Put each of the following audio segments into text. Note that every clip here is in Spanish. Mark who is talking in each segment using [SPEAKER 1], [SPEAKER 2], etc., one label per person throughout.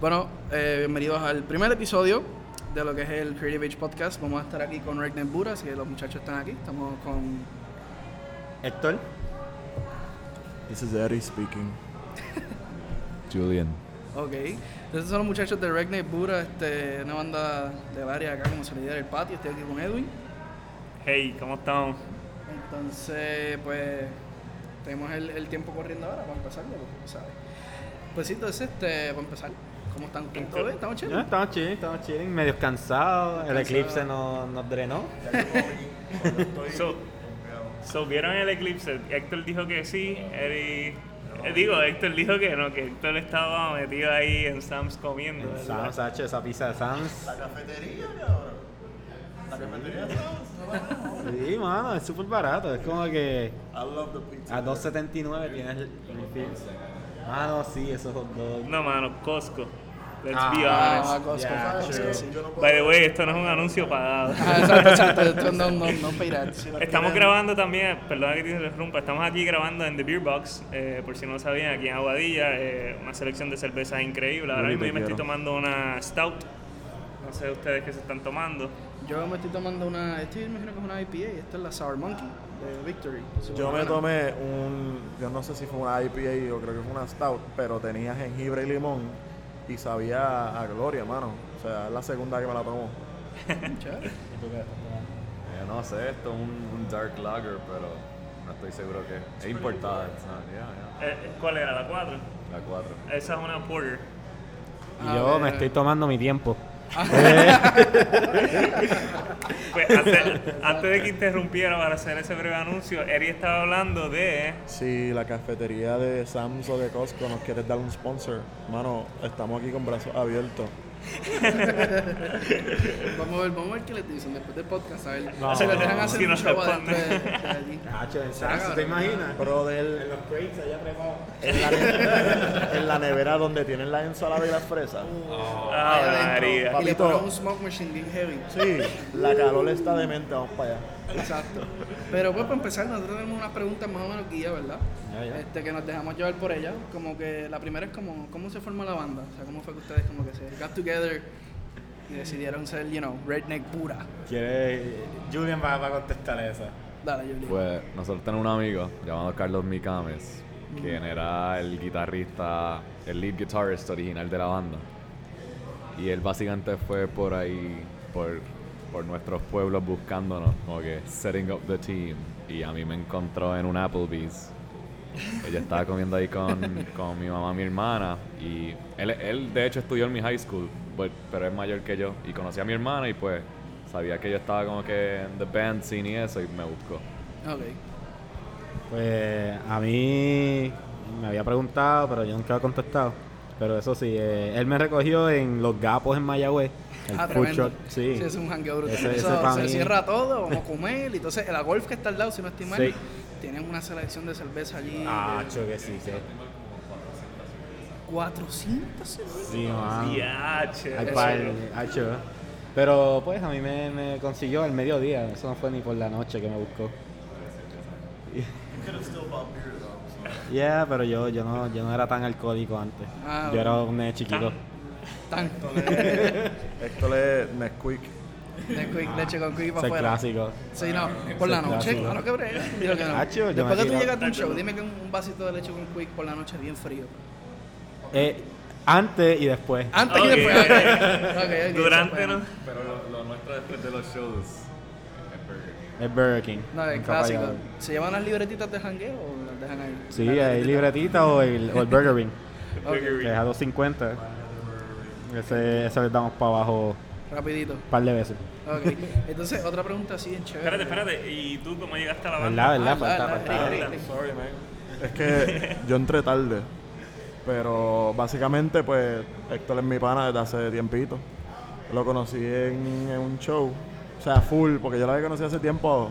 [SPEAKER 1] Bueno, eh, bienvenidos al primer episodio de lo que es el Creative Age Podcast. Vamos a estar aquí con Regnet Bura, así que los muchachos están aquí. Estamos con.
[SPEAKER 2] Héctor.
[SPEAKER 3] This is Eddie speaking.
[SPEAKER 4] Julian.
[SPEAKER 1] Ok. Estos son los muchachos de Regnet Bura, este, una banda del área acá, como se le dice del patio. Estoy aquí con Edwin.
[SPEAKER 2] Hey, ¿cómo están?
[SPEAKER 1] Entonces, pues. Tenemos el, el tiempo corriendo ahora para empezar, ya lo ¿sabes? Pues sí, entonces, este, para empezar. ¿Cómo están? ¿Todo bien? ¿Estamos
[SPEAKER 2] No,
[SPEAKER 1] chéveres?
[SPEAKER 2] estamos chilling, estamos chilling, medios cansados. El
[SPEAKER 1] Cansado.
[SPEAKER 2] eclipse nos, nos drenó.
[SPEAKER 5] So, so, ¿Vieron el eclipse? Héctor dijo que sí, Eri... eh, digo, Héctor dijo que no, que Héctor estaba metido ahí en Sam's comiendo.
[SPEAKER 2] En
[SPEAKER 5] ¿verdad?
[SPEAKER 2] Sam's, H, esa pizza de Sam's. Sí, mano, es súper barato. Es como que
[SPEAKER 3] I love the pizza.
[SPEAKER 2] a 2.79 tienes el refill. Mano, sí, esos hot dogs.
[SPEAKER 5] No, mano, Costco. Let's be
[SPEAKER 1] Ah,
[SPEAKER 5] honest.
[SPEAKER 1] Costco,
[SPEAKER 2] yeah,
[SPEAKER 1] Costco,
[SPEAKER 2] true.
[SPEAKER 1] sí.
[SPEAKER 3] Yo no puedo-
[SPEAKER 5] By the way, esto no es un anuncio pagado.
[SPEAKER 1] Ah, exacto, exacto. Esto no, no, no paid ads. Si lo
[SPEAKER 5] Estamos
[SPEAKER 1] quieren-
[SPEAKER 5] grabando también, perdona que te interrumpa, estamos aquí grabando en The Beer Box, eh, por si no lo sabían, aquí en Aguadilla, eh, una selección de cervezas increíble. Ahora
[SPEAKER 4] Muy
[SPEAKER 5] mismo yo me
[SPEAKER 4] rico.
[SPEAKER 5] estoy tomando una Stout, no sé ustedes qué se están tomando.
[SPEAKER 1] Yo me estoy tomando una. Este yo imagino que es una IPA. y Esta es la Sour Monkey de Victory.
[SPEAKER 3] Yo me
[SPEAKER 1] Superbuena.
[SPEAKER 3] tomé un, yo no sé si fue una IPA o creo que fue una stout, pero tenía jengibre y limón y sabía a gloria, mano. O sea, es la segunda que me la tomo.
[SPEAKER 1] Chévere.
[SPEAKER 4] Yo Eh, no sé, esto es un, un dark lager, pero no estoy seguro que es importada. it's not- yeah,
[SPEAKER 5] Eh, ¿Cuál era? ¿La 4?
[SPEAKER 4] yeah. La 4.
[SPEAKER 5] Esa es una Porter.
[SPEAKER 1] A
[SPEAKER 2] Y yo me
[SPEAKER 1] ver.
[SPEAKER 2] estoy tomando mi tiempo.
[SPEAKER 5] Pues antes, antes de que interrumpiera para hacer ese breve anuncio, Eri estaba hablando de.
[SPEAKER 3] Si la cafetería de Sam's o de Costco nos quieres dar un sponsor, mano, estamos aquí con brazos abiertos.
[SPEAKER 1] Vamos a ver, vamos a ver qué les dicen después del podcast. A ver
[SPEAKER 2] No,
[SPEAKER 1] si les dejan
[SPEAKER 2] no,
[SPEAKER 1] hacer
[SPEAKER 5] si
[SPEAKER 1] un
[SPEAKER 5] no
[SPEAKER 1] show
[SPEAKER 5] responden.
[SPEAKER 1] después de de allí.
[SPEAKER 2] Hacho, en
[SPEAKER 1] Sam's,
[SPEAKER 2] Sam's, ¿te
[SPEAKER 1] ¿te
[SPEAKER 2] imaginas?
[SPEAKER 3] Brother,
[SPEAKER 2] los crates allá trepado.
[SPEAKER 3] en la, nevera, en la nevera donde tienen la ensalada y las fresas.
[SPEAKER 1] Ahí
[SPEAKER 5] Ah,
[SPEAKER 1] adentro.
[SPEAKER 5] María.
[SPEAKER 1] Y le
[SPEAKER 3] Papito.
[SPEAKER 1] ponen un smoke machine bien heavy.
[SPEAKER 3] Sí, la calor está demente, vamos para allá.
[SPEAKER 1] Exacto. Pero pues para empezar, nosotros tenemos unas preguntas más o menos guía, ¿verdad?
[SPEAKER 2] Ya, ya.
[SPEAKER 1] Este, que nos dejamos llevar por ellas. Como que la primera es como, ¿cómo se formó la banda? O sea, ¿cómo fue que ustedes como que se got together y decidieron ser, you know, redneck pura?
[SPEAKER 2] Quiere. Julian va, va a contestar esa.
[SPEAKER 1] Dale, Julie.
[SPEAKER 4] Pues nosotros tenemos un amigo llamado Carlos Micames, quien era el guitarrista, el lead guitarist original de la banda. Y él básicamente fue por ahí, por, por nuestros pueblos buscándonos, como que setting up the team. Y a mí me encontró en un Applebee's. Ella estaba comiendo ahí con, con mi mamá, mi hermana. Y él, él, de hecho estudió en mi high school, but- pero es mayor que yo. Y conocí a mi hermana y pues sabía que yo estaba como que en the band scene y eso y me buscó.
[SPEAKER 1] Ok.
[SPEAKER 2] Pues a mí me había preguntado, pero yo nunca había contestado. Pero eso sí, eh, él me recogió en Los Gapos en Mayagüez. El
[SPEAKER 1] ah,
[SPEAKER 2] food
[SPEAKER 1] tremendo.
[SPEAKER 2] truck, sí.
[SPEAKER 1] es un jangueo brutal.
[SPEAKER 2] Ese- ese
[SPEAKER 1] Eso
[SPEAKER 2] pa'
[SPEAKER 1] se
[SPEAKER 2] mí.
[SPEAKER 1] cierra todo, vamos a comer. Y entonces, la golf que está al lado, si no estoy mal,
[SPEAKER 2] Sí.
[SPEAKER 1] tienen una selección de cerveza allí.
[SPEAKER 2] Ah,
[SPEAKER 1] de
[SPEAKER 2] cho que sí, sí.
[SPEAKER 1] 400 cervezas.
[SPEAKER 2] Sí, mano.
[SPEAKER 5] Diache.
[SPEAKER 2] Al
[SPEAKER 1] eso
[SPEAKER 2] par,
[SPEAKER 1] no.
[SPEAKER 2] hacho. Pero pues a mí me, me consiguió al mediodía, eso no fue ni por la noche que me buscó. Yeah, pero yo, yo, no, yo no era tan alcohólico antes.
[SPEAKER 1] Ah,
[SPEAKER 2] yo era un nene chiquito.
[SPEAKER 1] Tanto.
[SPEAKER 3] Esto le Nesquik.
[SPEAKER 1] De quick leche con quick
[SPEAKER 2] Ese
[SPEAKER 1] para
[SPEAKER 2] es
[SPEAKER 1] afuera.
[SPEAKER 2] clásico.
[SPEAKER 1] Sí, no, por la
[SPEAKER 2] Ese es
[SPEAKER 1] noche,
[SPEAKER 2] clásico.
[SPEAKER 1] claro que brega. Digo que no.
[SPEAKER 2] Hacho, yo me
[SPEAKER 1] Después que tú
[SPEAKER 2] tiraba-
[SPEAKER 1] llegas a un show, dime que un, un vasito de leche con quick por la noche es bien frío.
[SPEAKER 2] Eh, antes y después.
[SPEAKER 1] Antes
[SPEAKER 5] Ok.
[SPEAKER 1] y después. ok. Ok, ok,
[SPEAKER 5] Durante,
[SPEAKER 1] eso
[SPEAKER 5] ¿no?
[SPEAKER 1] fue.
[SPEAKER 4] Pero lo, nuestro después de los shows es Burger
[SPEAKER 2] Es Burger King.
[SPEAKER 1] No, es
[SPEAKER 2] en Capa
[SPEAKER 1] clásico.
[SPEAKER 2] Yagüe.
[SPEAKER 1] ¿Se llevan las libretitas de jangueo o las dejan ahí?
[SPEAKER 2] Sí,
[SPEAKER 1] Las libretitas.
[SPEAKER 2] hay libretita o el, o el Burger Ring,
[SPEAKER 5] Burger
[SPEAKER 2] que es
[SPEAKER 5] Ring.
[SPEAKER 2] a 2.50. Ese, ese le damos para abajo
[SPEAKER 1] Rapidito.
[SPEAKER 2] un par de veces.
[SPEAKER 1] Ok. Entonces, otra pregunta así en chévere.
[SPEAKER 5] Espérate, espérate. ¿Y tú cómo llegaste a la banda?
[SPEAKER 1] Ah,
[SPEAKER 2] ¿Verdad, verdad? Falta,
[SPEAKER 1] la- la-
[SPEAKER 2] falta.
[SPEAKER 1] la- la-
[SPEAKER 3] Sorry, man. Es que yo entré tarde. Pero básicamente, pues, Héctor es mi pana desde hace tiempito. Lo conocí en, en un show. O sea, full, porque yo la había conocido hace tiempo.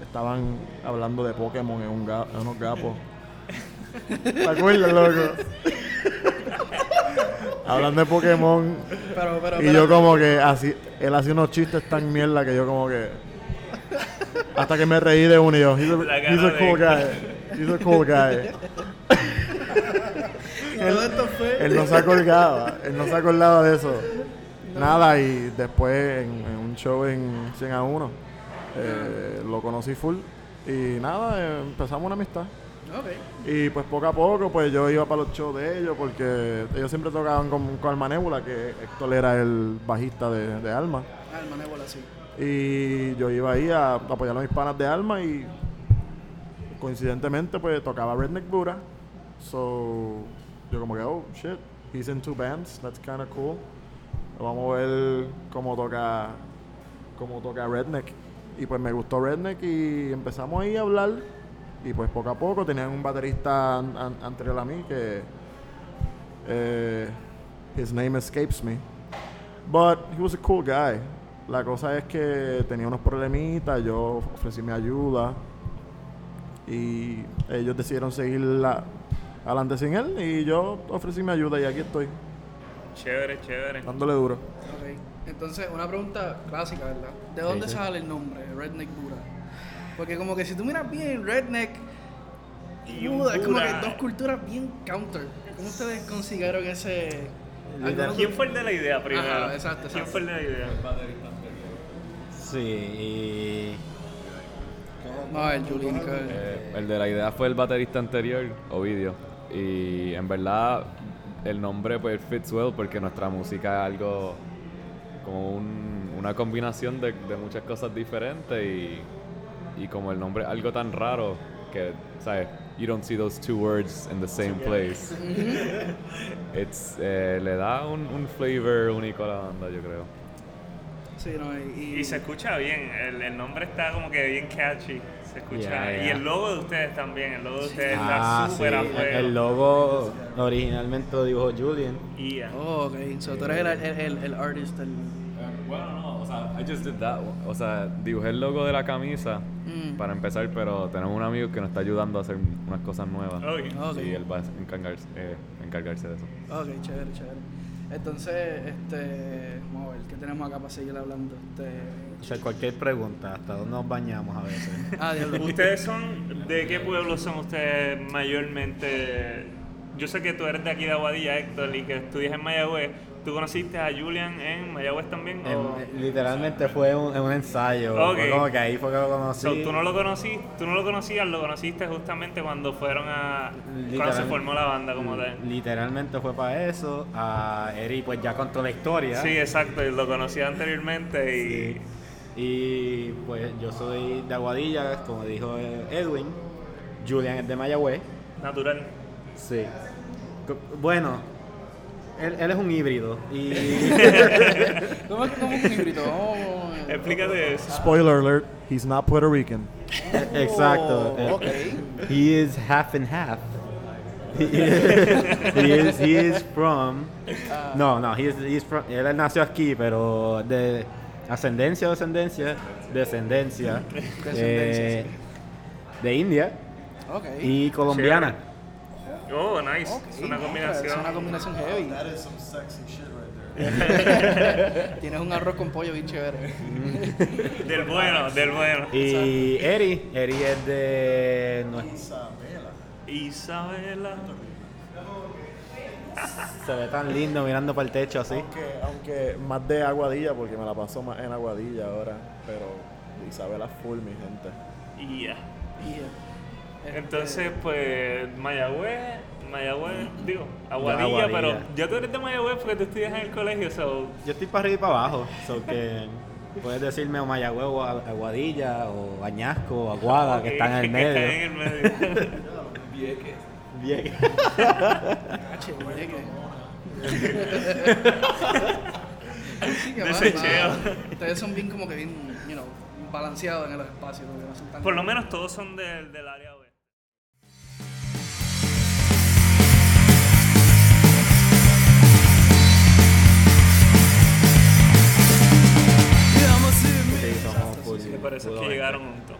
[SPEAKER 3] Estaban hablando de Pokémon en, un ga- en unos gapos. ¿Te acuerdas, loco? hablando de Pokémon.
[SPEAKER 1] Pero, pero,
[SPEAKER 3] Y yo
[SPEAKER 1] espérate.
[SPEAKER 3] como que así, él hacía unos chistes tan mierda que yo como que... Hasta que me reí de uno y yo, he's a,
[SPEAKER 5] La
[SPEAKER 3] he's a
[SPEAKER 5] cara
[SPEAKER 3] cool
[SPEAKER 5] de-
[SPEAKER 3] guy. He's a cool guy.
[SPEAKER 1] Todo esto fue.
[SPEAKER 3] Él no se acordaba, él no se acordaba de eso. Nada, y después en, en un show en 100 a 1, eh, lo conocí full. Y nada, eh, empezamos una amistad.
[SPEAKER 1] Ok.
[SPEAKER 3] Y pues poco a poco, pues yo iba para los shows de ellos, porque ellos siempre tocaban con, con Alma Nebula, que Héctor era el bajista de, de Alma.
[SPEAKER 1] Ah, el manébola, sí.
[SPEAKER 3] Y yo iba ahí a apoyar a mis panas de Alma y coincidentemente pues tocaba Redneck Buddha. So yo como que, oh shit, he's in two bands, that's kinda cool. Vamos a ver cómo toca, cómo toca Redneck. Y pues me gustó Redneck y empezamos ahí a hablar. Y pues poco a poco tenían un baterista an- an- anterior a mí que eh, his name escapes me. But he was a cool guy. La cosa es que tenía unos problemitas, yo ofrecí mi ayuda y ellos decidieron seguir la- adelante sin él y yo ofrecí mi ayuda y aquí estoy,
[SPEAKER 5] Chévere, chévere.
[SPEAKER 3] dándole duro.
[SPEAKER 1] Ok. Entonces, una pregunta clásica, ¿verdad? ¿De dónde sale el nombre, Redneck Buda? Porque como que si tú miras bien, Redneck y
[SPEAKER 5] Y un
[SPEAKER 1] Buda es como que
[SPEAKER 5] Buda.
[SPEAKER 1] dos culturas bien counter. ¿Cómo ustedes consiguieron ese...? alguna-
[SPEAKER 5] ¿Quién fue el de la idea primero?
[SPEAKER 1] Ajá, exacto,
[SPEAKER 5] ¿Quién
[SPEAKER 1] exacto.
[SPEAKER 5] fue el de la idea?
[SPEAKER 2] Sí, y.
[SPEAKER 1] No, el Julie Nicole.
[SPEAKER 4] Eh, el de la idea fue el baterista anterior, Ovidio. Y en verdad, el nombre pues fits well porque nuestra música es algo como un- una combinación de, de muchas cosas diferentes y, y como el nombre es algo tan raro que, ¿sabes? You don't see those two words in the same place. It's, eh, le da un, un flavor único a la banda, yo creo.
[SPEAKER 1] Sí, no, y...
[SPEAKER 5] Y se escucha bien, el, el nombre está como que bien catchy. Se escucha.
[SPEAKER 2] Yeah, yeah.
[SPEAKER 5] Y el logo de ustedes también, el logo de ustedes está
[SPEAKER 2] Ah, sí.
[SPEAKER 5] súper
[SPEAKER 2] El,
[SPEAKER 5] a
[SPEAKER 2] el
[SPEAKER 5] fuego.
[SPEAKER 2] logo originalmente lo dibujó Julian.
[SPEAKER 5] Yeah.
[SPEAKER 1] Oh, ok. So, tú eres el, el, el, el artist del...
[SPEAKER 4] Um, Bueno, no, o sea, I just did that. O sea, dibujé el logo de la camisa
[SPEAKER 1] Mm.
[SPEAKER 4] para empezar, pero tenemos un amigo que nos está ayudando a hacer unas cosas nuevas.
[SPEAKER 5] Oh, yeah.
[SPEAKER 1] Ok.
[SPEAKER 4] Y él va a encargarse, eh, encargarse de eso.
[SPEAKER 1] Ok, chévere, chévere. Entonces, este... Vamos a ver, ¿qué tenemos acá para seguir hablando? Este...
[SPEAKER 2] O sea, cualquier pregunta, hasta dónde nos bañamos a veces.
[SPEAKER 1] Ah, diablo.
[SPEAKER 5] ¿Ustedes son, de qué pueblo son ustedes mayormente? Yo sé que tú eres de aquí de Aguadilla, Héctor, y que estudias en Mayagüez. ¿Tú conociste a Julian en Mayagüez también? o-
[SPEAKER 2] En- literalmente fue un, un ensayo.
[SPEAKER 5] Ok.
[SPEAKER 2] Fue como que ahí fue que lo conocí.
[SPEAKER 5] So, tú no lo conocí, tú no lo conocías, lo conociste justamente cuando fueron a cuando se
[SPEAKER 2] Literalmente-
[SPEAKER 5] formó la banda como tal.
[SPEAKER 2] Literalmente fue para eso. A Eri pues ya contó la historia.
[SPEAKER 5] Sí, exacto, y lo conocía anteriormente y
[SPEAKER 2] Y pues yo soy de Aguadilla, como dijo eh, Edwin. Julian es de Mayagüez.
[SPEAKER 5] natural.
[SPEAKER 2] Sí. Co- Bueno, él, él es un híbrido. Y
[SPEAKER 1] ¿Cómo es como un híbrido? Vamos-
[SPEAKER 5] Explícate eso.
[SPEAKER 3] Spoiler alert, he's not Puerto Rican.
[SPEAKER 2] exacto.
[SPEAKER 1] Oh, ok.
[SPEAKER 2] He is half and half. he is, he is from. No, no, he is, he is from. Él nació aquí, pero de ascendencia, descendencia, descendencia.
[SPEAKER 1] Descendencia,
[SPEAKER 2] eh, de India
[SPEAKER 1] Ok.
[SPEAKER 2] y colombiana.
[SPEAKER 5] Oh, nice.
[SPEAKER 1] Ok,
[SPEAKER 5] es
[SPEAKER 1] no,
[SPEAKER 5] una
[SPEAKER 1] Es
[SPEAKER 5] combinación.
[SPEAKER 1] una combinación heavy. Tienes un arroz con pollo bien chévere.
[SPEAKER 5] Del bueno, del bueno.
[SPEAKER 2] Y Eri, Eri es de. no es-
[SPEAKER 5] Isabela.
[SPEAKER 2] se ve tan lindo mirando para el techo así.
[SPEAKER 3] Aunque, aunque más de Aguadilla, porque me la paso más en Aguadilla ahora, pero Isabela full, mi gente.
[SPEAKER 5] Yeah.
[SPEAKER 1] Y, eh,
[SPEAKER 5] Entonces, pues, Mayagüez, Mayagüez, digo, Aguadilla,
[SPEAKER 2] Aguadilla.
[SPEAKER 5] pero ya tú eres de Mayagüez porque tú estudias en el colegio, so,
[SPEAKER 2] Yo estoy para arriba y para abajo, so que puedes decirme o Mayagüez o Agu- Aguadilla o Añasco o Aguada, Ah, que están en
[SPEAKER 5] que
[SPEAKER 2] el
[SPEAKER 5] están en el
[SPEAKER 2] medio.
[SPEAKER 5] medio.
[SPEAKER 2] Bien.
[SPEAKER 1] ah, che, oye, que- Sí, que va,
[SPEAKER 5] Desecheo.
[SPEAKER 1] va. Ustedes son bien como que bien, you know, balanceados en los espacios. porque no son tan-
[SPEAKER 5] Por lo menos todos son del, del área oeste.
[SPEAKER 2] Sí, somos full-
[SPEAKER 5] Y por eso es que
[SPEAKER 2] full
[SPEAKER 5] llegaron juntos.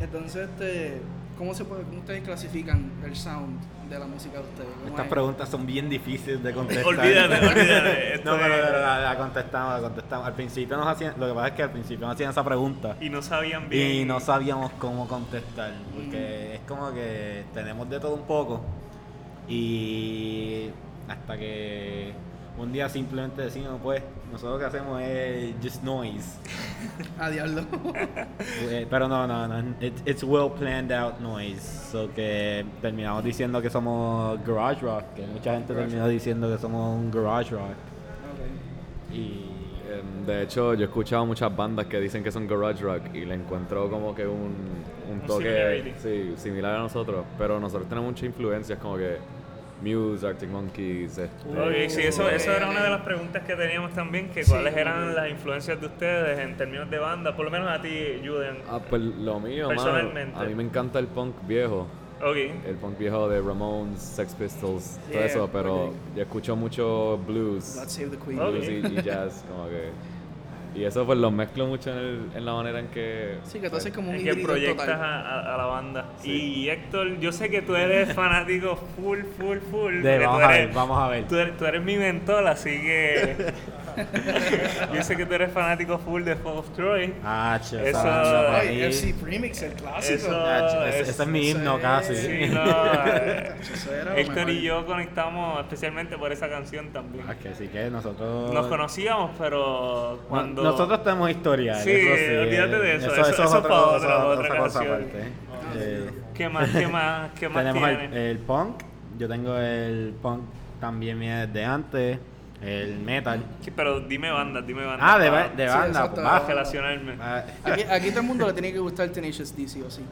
[SPEAKER 1] Entonces, este, ¿cómo, se puede, ¿cómo ustedes clasifican el sound de la música de ustedes? ¿Cómo
[SPEAKER 2] Estas
[SPEAKER 1] es?
[SPEAKER 2] preguntas son bien difíciles de contestar.
[SPEAKER 5] Olvídate, olvídate. Esto eh.
[SPEAKER 2] No, pero,
[SPEAKER 5] es-
[SPEAKER 2] pero la, la contestamos, la contestamos. Al principio nos hacían, lo que pasa es que al principio nos hacían esa pregunta
[SPEAKER 5] Y no sabían bien.
[SPEAKER 2] y no sabíamos cómo contestar, porque es como que tenemos de todo un poco y hasta que un día simplemente decimos, pues, nosotros lo que hacemos es just noise.
[SPEAKER 1] Ah, diablo.
[SPEAKER 2] Eh, Pero no, no, no, it- it's well planned out noise, so que terminamos diciendo que somos garage rock, que mucha gente terminó diciendo que somos un garage rock
[SPEAKER 1] Ok.
[SPEAKER 2] y...
[SPEAKER 4] Em, De hecho, yo he escuchado muchas bandas que dicen que son garage rock y le encuentro como que un, un
[SPEAKER 5] Un
[SPEAKER 4] toque
[SPEAKER 5] similarity.
[SPEAKER 4] sí, similar a nosotros, pero nosotros tenemos muchas influencias como que Muse, Arctic Monkeys, este,
[SPEAKER 5] Ok, sí, eso, eso era una de las preguntas que teníamos también, que cuáles eran las influencias de ustedes en términos de banda, por lo menos a ti, Julian.
[SPEAKER 4] Ah, pues lo mío, mano,
[SPEAKER 5] Personalmente.
[SPEAKER 4] a mí me encanta el punk viejo,
[SPEAKER 5] Ok,
[SPEAKER 4] el punk viejo de Ramones, Sex Pistols,
[SPEAKER 1] Yeah,
[SPEAKER 4] todo eso, pero
[SPEAKER 1] ok.
[SPEAKER 4] yo escucho mucho blues,
[SPEAKER 1] God save the queen.
[SPEAKER 5] Ok.
[SPEAKER 4] blues y, y jazz, como que... Y eso pues lo mezclo mucho en, el- en la manera en que...
[SPEAKER 1] Sí, que tú haces como un
[SPEAKER 5] es que
[SPEAKER 1] híbrido
[SPEAKER 5] proyectas
[SPEAKER 1] total.
[SPEAKER 5] a, a- a la banda.
[SPEAKER 4] Sí.
[SPEAKER 5] Y Héctor, yo sé que tú eres fanático full, full, full.
[SPEAKER 2] De-
[SPEAKER 5] porque
[SPEAKER 2] vamos
[SPEAKER 5] tú
[SPEAKER 2] a ver,
[SPEAKER 5] eres-
[SPEAKER 2] vamos a ver.
[SPEAKER 5] Tú eres, tú eres mi mentor, así que... yo sé que tú eres fanático full de Fall of Troy.
[SPEAKER 2] Ah, che,
[SPEAKER 5] Eso-
[SPEAKER 2] esa banda para
[SPEAKER 1] Ay,
[SPEAKER 2] mí.
[SPEAKER 1] FC Premix, el clásico.
[SPEAKER 5] Eso-
[SPEAKER 2] Ah, che, ese-
[SPEAKER 5] es-
[SPEAKER 2] ese es mi
[SPEAKER 1] ese-
[SPEAKER 2] himno casi.
[SPEAKER 5] Sí, no,
[SPEAKER 1] Eso era lo
[SPEAKER 5] Héctor y
[SPEAKER 1] mejor.
[SPEAKER 5] yo conectamos especialmente por esa canción también.
[SPEAKER 2] Ah, que sí que nosotros.
[SPEAKER 5] Nos conocíamos, pero
[SPEAKER 2] No-
[SPEAKER 5] cuando...
[SPEAKER 2] Nosotros tenemos historia.
[SPEAKER 5] Sí,
[SPEAKER 2] eso sí,
[SPEAKER 5] olvídate de eso, eso-
[SPEAKER 2] es
[SPEAKER 5] eso
[SPEAKER 2] otra
[SPEAKER 5] pa'
[SPEAKER 2] cosa,
[SPEAKER 5] otra-
[SPEAKER 2] otra
[SPEAKER 5] otra
[SPEAKER 2] cosa
[SPEAKER 5] canción.
[SPEAKER 2] aparte. Eh,
[SPEAKER 5] ¿Qué más, qué más, qué más
[SPEAKER 2] tenemos eh, el,
[SPEAKER 5] tiene?
[SPEAKER 2] el punk. Yo tengo el punk también viene desde antes. El metal.
[SPEAKER 5] Sí, Pero dime bandas, dime bandas.
[SPEAKER 2] Ah, de, ba-
[SPEAKER 5] para
[SPEAKER 2] de
[SPEAKER 1] Sí,
[SPEAKER 2] banda.
[SPEAKER 1] exacto,
[SPEAKER 2] pues,
[SPEAKER 1] de
[SPEAKER 2] va.
[SPEAKER 1] banda.
[SPEAKER 5] Relacionarme.
[SPEAKER 2] Ah,
[SPEAKER 1] Aquí, aquí todo el mundo le tiene que gustar Tenacious D, sí o sí.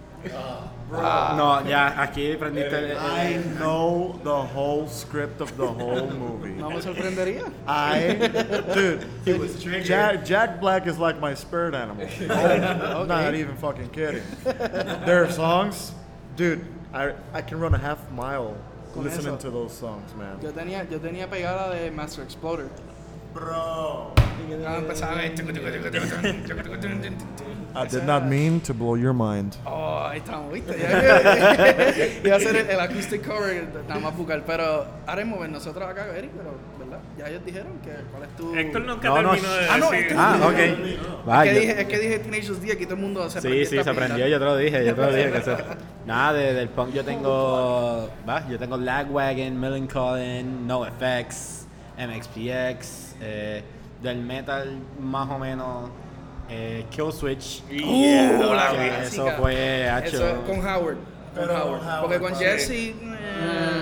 [SPEAKER 1] Ah.
[SPEAKER 2] No, ya, aquí prendiste el- el-
[SPEAKER 3] I know the whole script of the whole movie.
[SPEAKER 1] No me sorprendería.
[SPEAKER 3] I, dude, Jack, Jack Black is like my spirit animal. Oh, I'm not
[SPEAKER 1] Okay.
[SPEAKER 3] even fucking kidding. Their songs, dude, I I can run a half mile
[SPEAKER 1] Con
[SPEAKER 3] listening
[SPEAKER 1] eso.
[SPEAKER 3] to those songs, man.
[SPEAKER 1] Yo tenía, yo tenía pegada de Master Exploder.
[SPEAKER 3] Bro,
[SPEAKER 1] Ah, empezaba a ver.
[SPEAKER 3] I did not mean to blow your mind.
[SPEAKER 1] Oh, ahí estamos, ¿viste? Ya que- Iba a hacer el, el acoustic cover, nada más buscar. Pero ahora mismo, ven, nosotros acá, Eric, pero, ¿verdad? Ya ellos dijeron que cuál es tu.
[SPEAKER 5] Héctor nunca
[SPEAKER 2] No, no,
[SPEAKER 5] terminó de
[SPEAKER 2] sh-
[SPEAKER 1] ah, no,
[SPEAKER 5] decir.
[SPEAKER 1] Héctor-
[SPEAKER 2] Ah, ok.
[SPEAKER 1] Es
[SPEAKER 2] Vaya.
[SPEAKER 1] que, dije, es que dije Tenacious D, aquí todo el mundo se
[SPEAKER 2] Sí, sí, se aprendió, yo te lo dije, yo te lo dije que se... Nada, de- del punk yo tengo... Va, yo tengo Lagwagon, Millencolin, NoFX, MXPX, eh, del metal más o menos eh, Killswitch.
[SPEAKER 5] Yeah,
[SPEAKER 1] Uh,
[SPEAKER 5] hola,
[SPEAKER 1] la
[SPEAKER 5] güey.
[SPEAKER 1] clásica.
[SPEAKER 2] Eso fue, hacho.
[SPEAKER 1] Eso con Howard. Con
[SPEAKER 3] Pero
[SPEAKER 1] Howard.
[SPEAKER 3] Howard,
[SPEAKER 1] Porque con
[SPEAKER 3] sí.
[SPEAKER 1] Jesse. eh,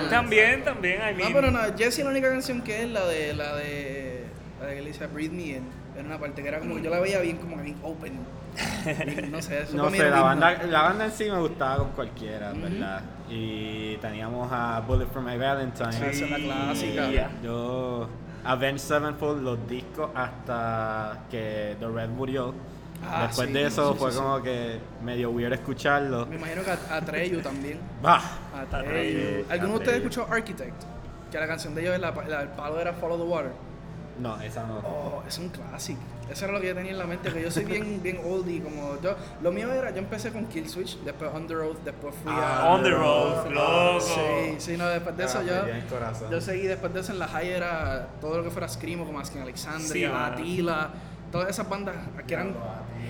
[SPEAKER 5] También, también, I
[SPEAKER 1] No,
[SPEAKER 5] mean,
[SPEAKER 1] pero no, Jesse la única canción que es la de. La de. La de que le dice Breathe Me In. Era una parte que era como. Yo la veía bien como que bien open. Bien, no sé, eso
[SPEAKER 2] No
[SPEAKER 1] para mí
[SPEAKER 2] sé,
[SPEAKER 1] era
[SPEAKER 2] la
[SPEAKER 1] un
[SPEAKER 2] banda,
[SPEAKER 1] himno.
[SPEAKER 2] la banda en sí me gustaba con cualquiera, ¿verdad? Y teníamos a Bullet for My Valentine.
[SPEAKER 1] Sí, esa es la clásica.
[SPEAKER 5] Yeah.
[SPEAKER 2] Yo, Avenged Sevenfold, los discos hasta que The Red murió.
[SPEAKER 1] Ah,
[SPEAKER 2] Después
[SPEAKER 1] sí,
[SPEAKER 2] de eso
[SPEAKER 1] sí,
[SPEAKER 2] fue
[SPEAKER 1] sí,
[SPEAKER 2] como que medio weird escucharlo.
[SPEAKER 1] Me imagino que a, a Treyu también.
[SPEAKER 2] Bah.
[SPEAKER 1] A Treyu.
[SPEAKER 2] Atreyu,
[SPEAKER 1] ¿Alguno de
[SPEAKER 2] Atreyu.
[SPEAKER 1] ustedes escuchó Architect? Que la canción de ellos, la, la- el palo era Follow the Water.
[SPEAKER 2] No, esa no.
[SPEAKER 1] Oh, es un clásico. Eso era lo que yo tenía en la mente, que yo soy bien, bien oldie, como yo. Lo mío era, yo empecé con Killswitch, después Under Oath, después fui a...
[SPEAKER 5] On the Road, Ah, loco.
[SPEAKER 1] Sí, sí, no, después de eso
[SPEAKER 2] Ah,
[SPEAKER 1] yo...
[SPEAKER 2] perdí el corazón.
[SPEAKER 1] Yo seguí después de eso en la high era todo lo que fuera Screamo, como Asking Alexandria,
[SPEAKER 5] Sí, mano.
[SPEAKER 1] Atila, todas esas bandas que eran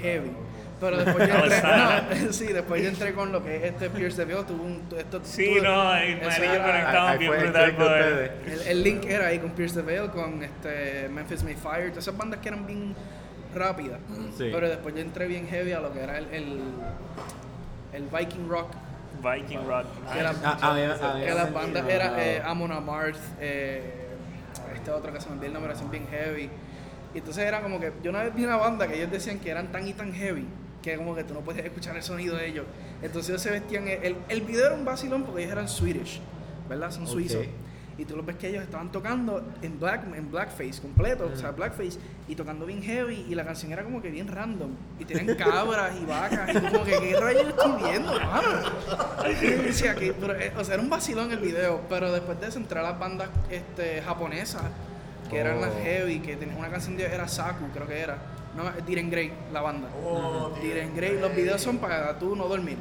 [SPEAKER 1] heavy. Pero después yo entré,
[SPEAKER 5] Alzada.
[SPEAKER 1] no, sí, después yo entré con lo que es este Pierce the Veil, tuvo un... Esto,
[SPEAKER 5] Sí,
[SPEAKER 1] tuve-
[SPEAKER 5] no, el
[SPEAKER 1] eso
[SPEAKER 5] marido
[SPEAKER 1] era-
[SPEAKER 5] conectado
[SPEAKER 2] Ahí
[SPEAKER 5] bien
[SPEAKER 2] fue el
[SPEAKER 5] brutal,
[SPEAKER 2] click de
[SPEAKER 5] brother.
[SPEAKER 2] ustedes.
[SPEAKER 1] el, el link era ahí con Pierce the Veil, con este Memphis May Fire, todas esas bandas que eran bien rápidas.
[SPEAKER 2] Sí.
[SPEAKER 1] Pero después yo entré bien heavy a lo que era el, el, el Viking Rock.
[SPEAKER 5] Viking Rock.
[SPEAKER 1] Que las
[SPEAKER 2] Ah, ah, había- había
[SPEAKER 1] que las
[SPEAKER 2] sentido,
[SPEAKER 1] bandas era
[SPEAKER 2] ah.
[SPEAKER 1] eh, Amon Amarth, eh, este otro que se me olvidó el nombre, son bien heavy. Y entonces era como que yo una vez vi una banda que ellos decían que eran tan y tan heavy que como que tú no puedes escuchar el sonido de ellos. Entonces ellos se vestían, el, el video era un vacilón porque ellos eran Swedish, ¿verdad? Son
[SPEAKER 2] Ok.
[SPEAKER 1] suizos. Y tú los ves que ellos estaban tocando en, black, en blackface completo, o sea, blackface, y tocando bien heavy, y la canción era como que bien random. Y tenían cabras y vacas, y tú como que, ¿qué rayos estoy viendo, mano? Y yo decía que- pero, eh, o sea, era un vacilón el video, pero después de eso entré a las bandas este, japonesas, que eran las heavy, que tenían una canción de era Saku, creo que era. No, Diren Grey, la banda. Diren Grey, los videos son para tú no dormir.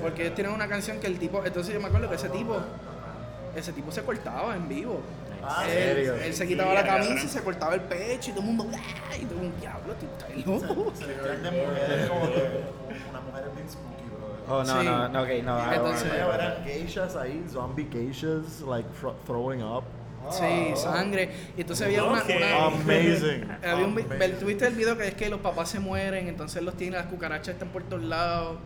[SPEAKER 1] Porque ellos tienen una canción que el tipo. Entonces yo me acuerdo que ese tipo. Ese tipo se cortaba en vivo. él,
[SPEAKER 2] serio?
[SPEAKER 1] él se quitaba
[SPEAKER 5] Sí,
[SPEAKER 1] la
[SPEAKER 5] era
[SPEAKER 1] camisa y
[SPEAKER 5] cabrón.
[SPEAKER 1] se cortaba el pecho y todo el mundo. "Ah", Y todo el mundo, diablo, tipo, está loco.
[SPEAKER 6] de mujeres como que una mujer es bien spooky, bro.
[SPEAKER 2] Oh, no,
[SPEAKER 1] Sí.
[SPEAKER 2] no, no, ok, no. I don't
[SPEAKER 1] Entonces-
[SPEAKER 2] remember that.
[SPEAKER 3] Eran geishas ahí, zombie geishas, like fro- throwing up.
[SPEAKER 1] Sí, sangre. Y entonces había una.
[SPEAKER 5] Ok.
[SPEAKER 1] una-
[SPEAKER 3] Um, Amazing.
[SPEAKER 1] había un vi-
[SPEAKER 3] Amazing.
[SPEAKER 1] ¿Tuviste el video que es que los papás se mueren, entonces los tienen, las cucarachas están por todos lados?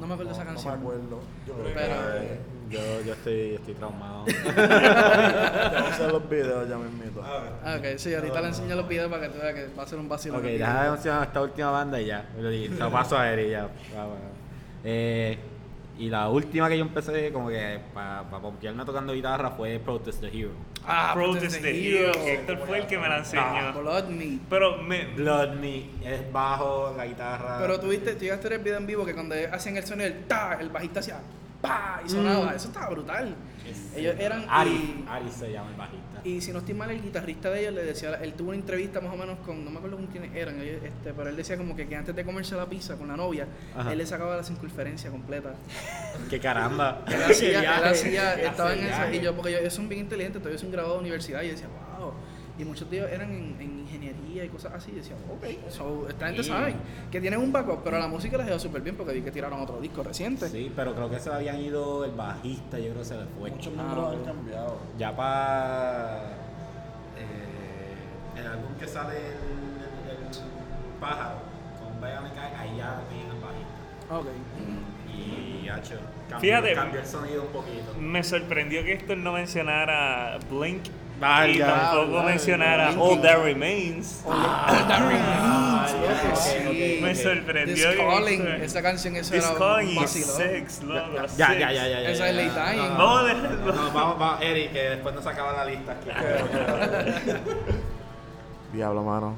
[SPEAKER 1] No me acuerdo esa canción.
[SPEAKER 3] No me acuerdo. Yo creo
[SPEAKER 1] Pero.
[SPEAKER 2] Eh, Yo, yo estoy, estoy traumado.
[SPEAKER 3] que vamos a hacer los videos ya mismito.
[SPEAKER 1] Ah, ok, sí, ahorita le enseño los videos para que te vea que va a ser un vacilón.
[SPEAKER 2] ok,
[SPEAKER 1] aquí.
[SPEAKER 2] deja de mencionar esta última banda y ya. Y Lo paso a él y ya. Ah, bueno. Eh, y la última que yo empecé, como que para pa pompearme tocando guitarra, fue Protest the Hero.
[SPEAKER 1] Ah,
[SPEAKER 5] Protest the Hero.
[SPEAKER 1] oh,
[SPEAKER 5] que Héctor fue el que me la enseñó.
[SPEAKER 1] Blood Me.
[SPEAKER 5] Pero me.
[SPEAKER 2] Blood Me, es bajo, la guitarra.
[SPEAKER 1] Pero tú viste, tú llegaste a ver el video en vivo que cuando ellos hacían el sonido, el ta, el bajista hacía pa y sonaba. Eso estaba brutal. Ellos eran.
[SPEAKER 2] Mm. Ari,
[SPEAKER 1] y-
[SPEAKER 2] Ari se llama el bajista.
[SPEAKER 1] Y si no estoy mal, el guitarrista de ellos le decía, él tuvo una entrevista más o menos con, no me acuerdo con quiénes eran, ellos, este, pero él decía como que, que antes de comerse la pizza con la novia,
[SPEAKER 2] Ajá.
[SPEAKER 1] él le sacaba la circunferencia completa.
[SPEAKER 2] ¡Qué caramba!
[SPEAKER 1] Él hacía, él
[SPEAKER 2] viaje,
[SPEAKER 1] hacía,
[SPEAKER 2] qué
[SPEAKER 1] estaba en
[SPEAKER 2] viaje.
[SPEAKER 1] esa, y yo, porque yo, ellos son bien inteligentes, todavía son graduados de universidad, y yo decía, wow. Y muchos de ellos eran en, en ingeniería y cosas así, y decía, ok, so, esta gente sabe que tienen un backup, pero la música les dio súper bien porque vi que tiraron otro disco reciente.
[SPEAKER 2] Sí, pero creo que se habían ido el bajista, yo creo que se le fue.
[SPEAKER 6] Muchos miembros han cambiado.
[SPEAKER 2] Ya para el álbum que sale el, el- el pájaro con Vaya Me Cae, ahí ya tienen el bajista.
[SPEAKER 1] Ok.
[SPEAKER 2] Y hacho, cambió,
[SPEAKER 5] Fíjate.
[SPEAKER 2] cambió el sonido un poquito.
[SPEAKER 5] Me sorprendió que Héctor no mencionara Blink. y
[SPEAKER 2] Vaya.
[SPEAKER 5] tampoco mencionara
[SPEAKER 1] Blink. Oh,
[SPEAKER 5] All That Remains.
[SPEAKER 1] Ah,
[SPEAKER 2] ya,
[SPEAKER 1] loco,
[SPEAKER 2] ok,
[SPEAKER 1] sí.
[SPEAKER 2] ok,
[SPEAKER 5] Me
[SPEAKER 2] ok.
[SPEAKER 1] This
[SPEAKER 5] sorprendió que.
[SPEAKER 1] Calling,
[SPEAKER 5] Héctor-
[SPEAKER 1] esa canción, eso
[SPEAKER 5] This
[SPEAKER 1] era
[SPEAKER 5] Calling
[SPEAKER 1] un
[SPEAKER 5] y
[SPEAKER 1] vacilón.
[SPEAKER 5] Sex, loco.
[SPEAKER 2] Ya,
[SPEAKER 5] Sex.
[SPEAKER 2] ya, ya, ya. ya,
[SPEAKER 1] Esa
[SPEAKER 2] ya,
[SPEAKER 1] es Late
[SPEAKER 2] ya.
[SPEAKER 1] Dying.
[SPEAKER 3] Ah,
[SPEAKER 2] No,
[SPEAKER 5] Vamos a
[SPEAKER 2] no,
[SPEAKER 5] dejarlo.
[SPEAKER 2] no, vamos, vamos, Eric, que después nos acaba la lista aquí.
[SPEAKER 3] Diablo, mano.